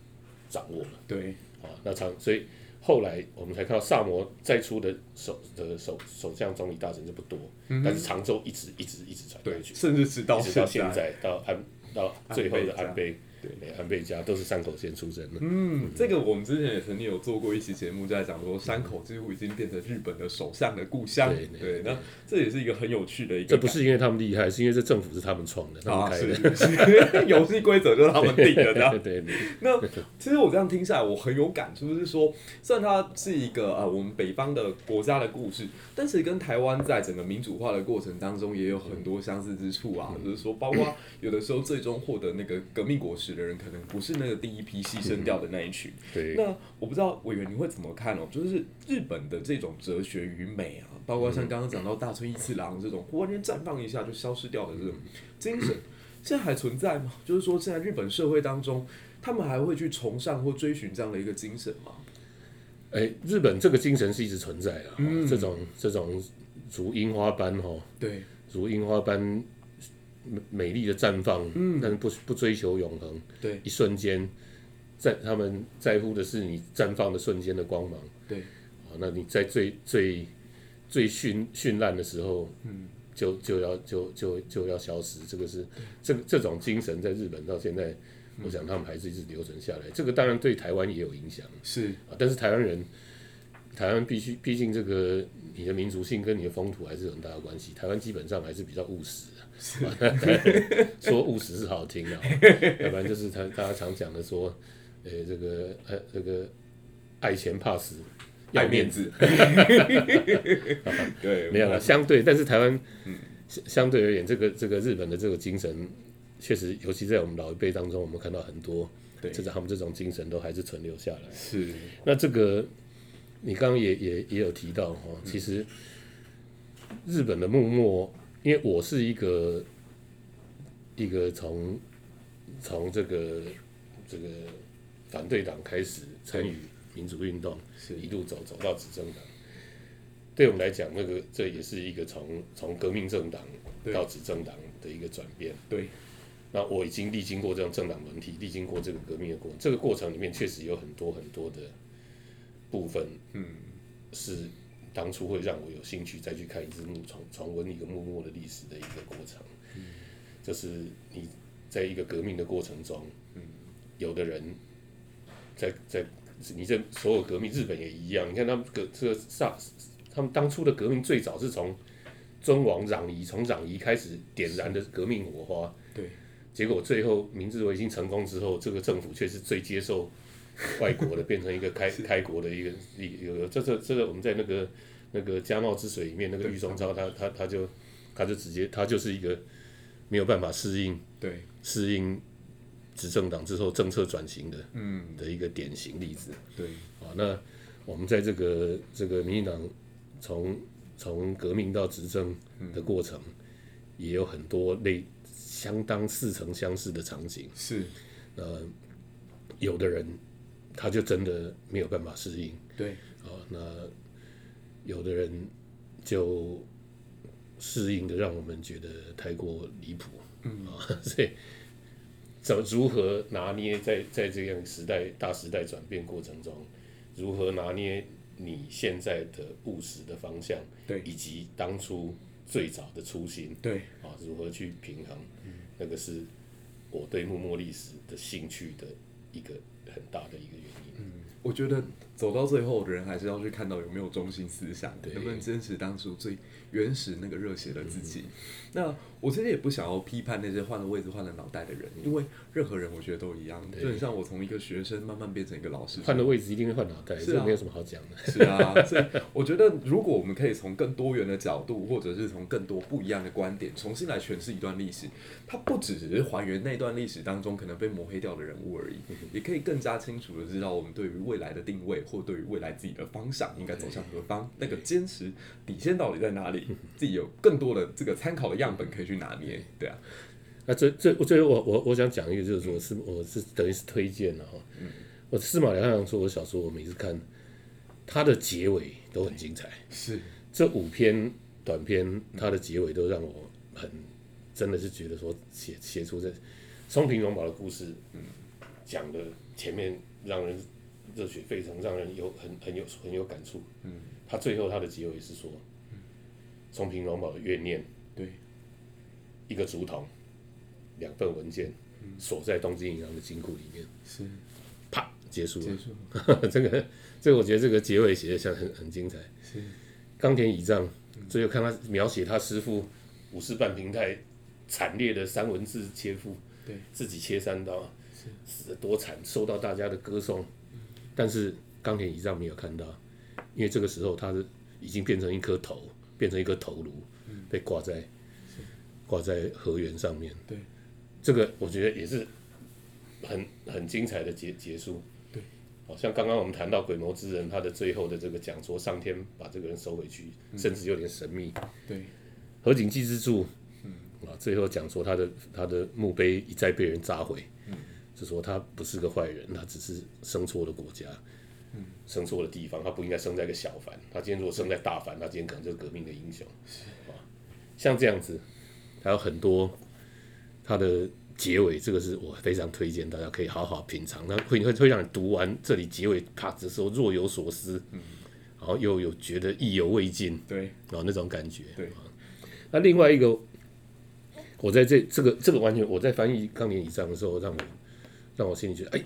S3: 掌握了
S2: 对
S3: 啊、哦。那常所以后来我们才看到萨摩再出的首的首首相总理大臣就不多，但是常州一直一直一直传下
S2: 嗯对，
S3: 去，
S2: 甚至直到
S3: 一直到现
S2: 在，
S3: 在到安到最后的安
S2: 安
S3: 倍
S2: 对
S3: 对安倍家都是山口县出身的，
S2: 嗯，这个我们之前也曾经有做过一期节目，就在讲说山口几乎已经变成日本的首相的故乡
S3: 对，对
S2: 对，那这也是一个很有趣的一个
S3: 这
S2: 感，
S3: 不是因为他们厉害，是因为这政府是他们创的，他们
S2: 啊，
S3: 开的。
S2: 是是 游戏规则就是他们定的，这样
S3: 对对对，
S2: 那其实我这样听下来，我很有感触，就是说，虽然它是一个呃我们北方的国家的故事，但是跟台湾在整个民主化的过程当中也有很多相似之处啊。
S3: 嗯
S2: 就是说，包括有的时候最终获得那个革命果实的人，可能不是那个第一批牺牲掉的那一群。
S3: 对
S2: 那我不知道委员你会怎么看哦，就是日本的这种哲学与美啊，包括像刚刚讲到大村一次郎这种忽然间绽放一下就消失掉的这种精神，现在还存在吗？就是说，现在日本社会当中，他们还会去崇尚或追寻这样的一个精神吗？
S3: 哎，日本这个精神是一直存在的，哦这种这种如樱花般哈、哦，
S2: 对，
S3: 如樱花般美美丽的绽放，但是不不追求永恒，
S2: 对，
S3: 一瞬间，在他们在乎的是你绽放的瞬间的光芒，
S2: 对，
S3: 哦，那你在最最最绚绚烂的时候，嗯，就就要就就就要消失，这个是这这种精神在日本到现在，我想他们还是一直留存下来，这个当然对台湾也有影响。
S2: 是，
S3: 啊，但是台湾人，台湾必须，毕竟这个你的民族性跟你的风土还是有很大的关系。台湾基本上还是比较务实的，啊 说务实是 好听的、哦，要不然就是他大家常讲的说，呃，这个呃这个爱钱怕死，要
S2: 爱
S3: 面
S2: 面
S3: 子，
S2: 子。嗯对，
S3: 没有了。相对，但是台湾、
S2: 嗯
S3: 相相对而言，这个这个日本的这个精神，确实，尤其在我们老一辈当中，我们看到很多
S2: 对
S3: 这种他们这种精神都还是存留下来。
S2: 是，
S3: 那这个你刚刚也也也有提到哈，
S2: 嗯
S3: 其实日本的幕末，因为我是一个一个从从这个这个反对党开始参与民主运动，
S2: 是
S3: 一路走走到执政党。对我们来讲，那个这也是一个从从革命政党
S2: 对
S3: 到执政党的一个转变。
S2: 对，
S3: 那我已经历经过这种政党轮替，历经过这个革命的过程，这个过程里面确实有很多很多的部分，嗯，是当初会让我有兴趣再去看一次幕重重温一个幕末的历史的一个过程，就是你在一个革命的过程中，嗯，有的人在在你这所有革命，日本也一样。你看他们革这个萨，他们当初的革命最早是从尊王攘夷，从攘夷开始点燃的革命火花。
S2: 对，
S3: 结果最后明治维新成功之后，这个政府却是最接受外国的，变成一个开开国的一个一有有这这这个我们在那个那个家茂之水里面那个
S2: 对
S3: 郁松超他他他就他就直接他就是一个没有办法适应
S2: 对，
S3: 适应执政党之后政策转型的
S2: 嗯，
S3: 的一个典型例子
S2: 对，
S3: 啊。那我们在这个这个民进党从从革命到执政的过程，也有很多类相当似曾相识的场景。
S2: 是，
S3: 呃，有的人他就真的没有办法适应
S2: 对，
S3: 啊、那有的人就适应的让我们觉得太过离谱，嗯啊、 所以怎么如何拿捏在在这样时代大时代转变过程中，如何拿捏你现在的务实的方向，
S2: 对
S3: 以及当初最早的初心，
S2: 对，嗯
S3: 啊，如何去平衡，那个是我对幕末历史的兴趣的一个很大的一个原因。
S2: 我觉得走到最后的人还是要去看到有没有中心思想，
S3: 对
S2: 能不能真实当初最原始那个热血的自己。
S3: 嗯
S2: 那我其实也不想要批判那些换了位置、换了脑袋的人，因为任何人我觉得都一样，就很像我从一个学生慢慢变成一个老师，
S3: 换了位置一定会换脑袋，
S2: 是啊
S3: 这没有什么好讲的。
S2: 是 啊，所以我觉得，如果我们可以从更多元的角度，或者是从更多不一样的观点，重新来诠释一段历史，它不只是还原那段历史当中可能被抹黑掉的人物而已，也可以更加清楚的知道我们对于未来的定位，或对于未来自己的方向应该走向何方，那个坚持底线到底在哪里，自己有更多的这个参考的样本可以去拿捏，对啊，
S3: 那最最最后我我我想讲一个，就是
S2: 嗯
S3: 说是我是等于是推荐了哈。哦我司马辽汉阳说，我小说我每次看，它的结尾都很精彩。
S2: 是
S3: 这五篇短篇，它的结尾都让我很真的是觉得说写写出这松平荣保的故事，嗯，讲的前面让人热血沸腾，让人有很很有很有感触，嗯，他最后他的结尾是说，松平荣保的怨念，
S2: 对，
S3: 一个竹筒，两份文件，锁在东京银行的金库里面，
S2: 是
S3: 啪结束了
S2: 结。束了，
S3: 这个这个我觉得这个结尾写的像很很精彩。
S2: 是
S3: 冈田乙藏，最后看他描写他师傅武士半平太惨烈的三文治切腹，
S2: 对，
S3: 自己切三刀，死的多惨，受到大家的歌颂。但是冈田乙藏没有看到，因为这个时候他是已经变成一颗头，变成一颗头颅，
S2: 嗯
S3: 被挂在挂在河原上面。
S2: 对，
S3: 这个我觉得也是很很精彩的结结束。好哦像刚刚我们谈到鬼魔之人，他的最后的这个讲说，上天把这个人收回去，甚至有点神秘。
S2: 对，
S3: 河井纪之助，啊，最后讲说他的他的墓碑一再被人炸毁，就说他不是个坏人，他只是生错了国家，生错了地方，他不应该生在一个小凡，他今天如果生在大凡，他今天可能就是革命的英雄，啊，像这样子，还有很多他的。结尾这个是我非常推荐大家可以好好品尝，那会会会让你读完这里结尾啪的时候若有所思，然后又有觉得意犹未尽，
S2: 对，
S3: 啊、那种感觉。
S2: 对
S3: 啊，那另外一个，我在这这个这个完全我在翻译《钢年以上》的时候，让我让我心里觉得，哎，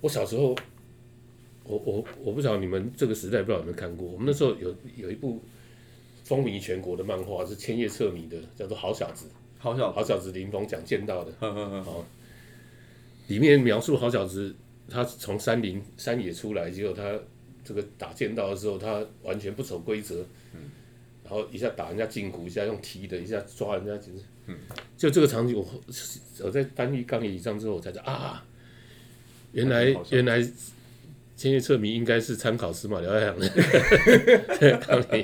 S3: 我小时候，我我我不晓得你们这个时代不知道有没有看过，我们那时候有有一部风靡全国的漫画是千叶彻弥的，叫做《好小子》，
S2: 好小，
S3: 好小子林峰讲剑道的，
S2: 呵呵呵，
S3: 好，里面描述好小子，他从山林山野出来，结果他这个打剑道的时候，他完全不守规则，然后一下打人家胫骨，一下用踢的，一下抓人家，简直，就这个场景，我我在翻译《钢铁以上》之后，我才知道啊，原来
S2: 好像
S3: 原来千叶彻弥应该是参考司马辽太郎的 钢铁，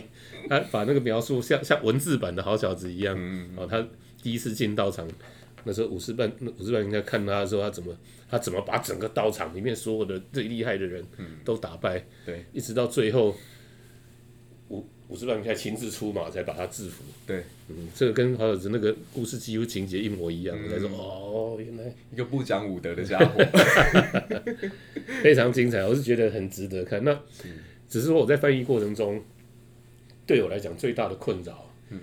S3: 他把那个描述像像文字版的好小子一
S2: 嗯
S3: 样，哦，他第一次进道场。那时候武士半武士半应该看他的时候，他怎么他怎么把整个道场里面所有的最厉害的人
S2: 嗯
S3: 都打败，
S2: 对，
S3: 一直到最后武武士半应该亲自出马才把他制服。
S2: 对，
S3: 嗯，这个跟好友子那个故事几乎情节一模一样，我才说哦，原来
S2: 一个不讲武德的家 伙，
S3: 非常精彩，我是觉得很值得看。那只是说我在翻译过程中，对我来讲最大的困扰，嗯，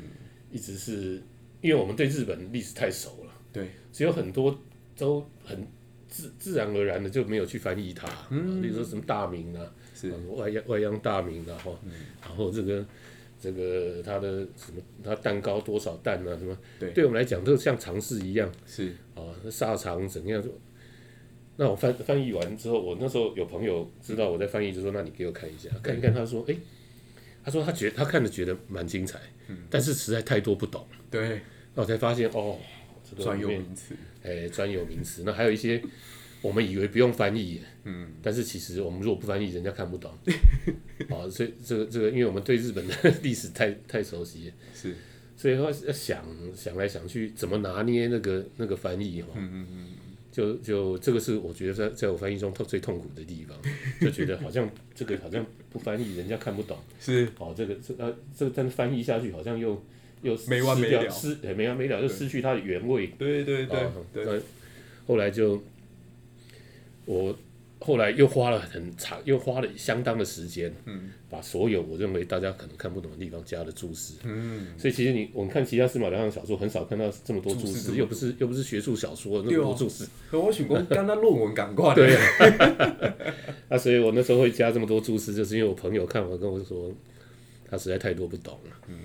S3: 一直是因为我们对日本历史太熟了，
S2: 对，
S3: 只有很多都很自自然而然的就没有去翻译它，嗯、例如说什么大明啊，
S2: 是
S3: 啊外央外央大明啊，哈、然后这个这个它的什么它蛋糕多少蛋啊，什么，
S2: 对
S3: 对我们来讲都像常识一样
S2: 是
S3: 啊，那萨长怎样就。那我翻翻译完之后，我那时候有朋友知道我在翻译，就说：“那你给我看一下，看一看。”他说：“诶，他说他觉他看的觉得蛮精彩，
S2: 嗯
S3: 但是实在太多不懂。”
S2: 对
S3: 那我才发现哦，这个
S2: 专
S3: 里
S2: 有
S3: 面
S2: 名词，
S3: 哎专有名词，那还有一些我们以为不用翻译，嗯，但是其实我们如果不翻译，人家 看不懂。啊，所以这个这个，因为我们对日本的历史太太熟悉，
S2: 是
S3: 所以要想想来想去，怎么拿捏那个那个翻译哈。就就这个是我觉得在在我翻译中痛最痛苦的地方， 就觉得好像这个好像不翻译人家看不懂，
S2: 是
S3: 哦，这个这呃这个但是翻译下去好像又又
S2: 没完
S3: 失
S2: 没
S3: 掉
S2: 了
S3: 失哎没完没了，又失去它的原味。
S2: 对对对
S3: 哦
S2: 对，
S3: 那后来就我后来又花了很长，又花了相当的时间，嗯，把所有我认为大家可能看不懂的地方加了注释，嗯，所以其实你我们看其他司马辽阳小说很少看到这么多注
S2: 注释这么
S3: 释，
S2: 多
S3: 又不是又不是学术小说那
S2: 对
S3: 么
S2: 哦
S3: 多注释，
S2: 可我想讲，刚刚论文赶快
S3: 对啊，啊，所以我那时候会加这么多注释，就是因为我朋友看完跟我说，他实在太多不懂了，嗯，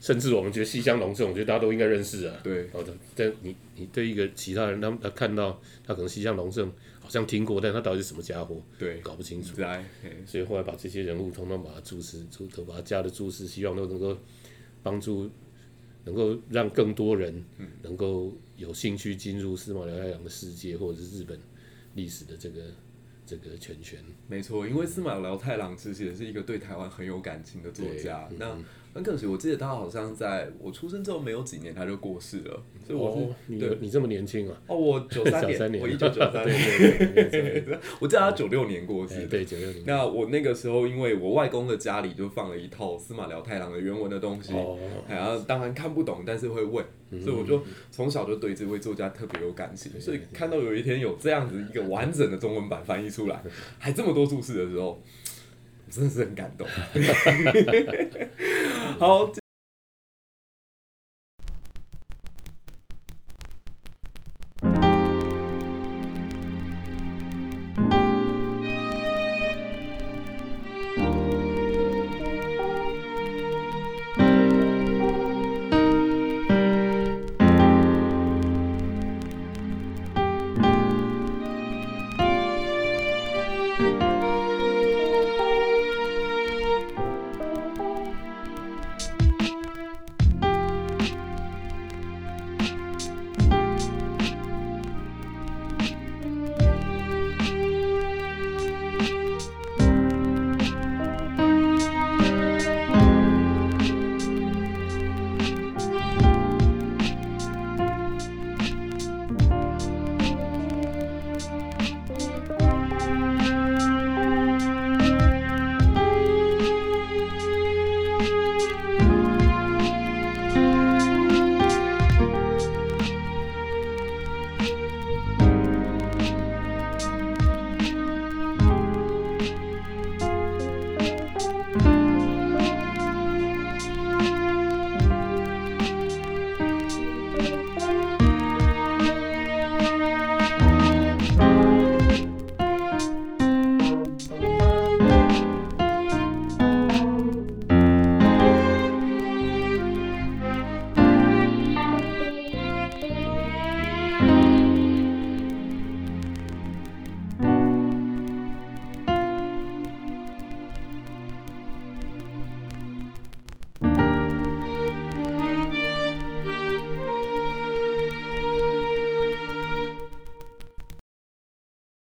S3: 甚至我们觉得西乡隆盛，我觉得大家都应该认识啊，
S2: 对
S3: 好的，但你你对一个其他人，他们他看到他可能西乡隆盛好像听过，但他到底是什么家伙，
S2: 对，
S3: 搞不清楚。
S2: 来，嘿
S3: 所以后来把这些人物通通把它注释，注都把它加了注释，希望都能够帮助，能够让更多人能够有兴趣进入司马辽太郎的世界，或者是日本历史的这个这个圈圈。
S2: 没错，因为司马辽太郎其实也是一个对台湾很有感情的作家。
S3: 对
S2: 那嗯很可惜，我记得他好像在我出生之后没有几年他就过世了，所以我是、
S3: 哦你
S2: 对
S3: 你这么年轻啊？
S2: 哦，我 九三
S3: 小三
S2: 年，
S3: 年
S2: 我一九九三
S3: 对
S2: 年，
S3: 对对对对，
S2: 我记得他九六年过世
S3: 哎
S2: 的。
S3: 对九六零。
S2: 那我那个时候，因为我外公的家里就放了一套司马辽太郎的原文的东西，
S3: 哦，
S2: 然后当然看不懂，但是会问，所以我就从小就对这位作家特别有感情。所以看到有一天有这样子一个完整的中文版翻译出来，还这么多 注释的时候，我真的是很感动。好，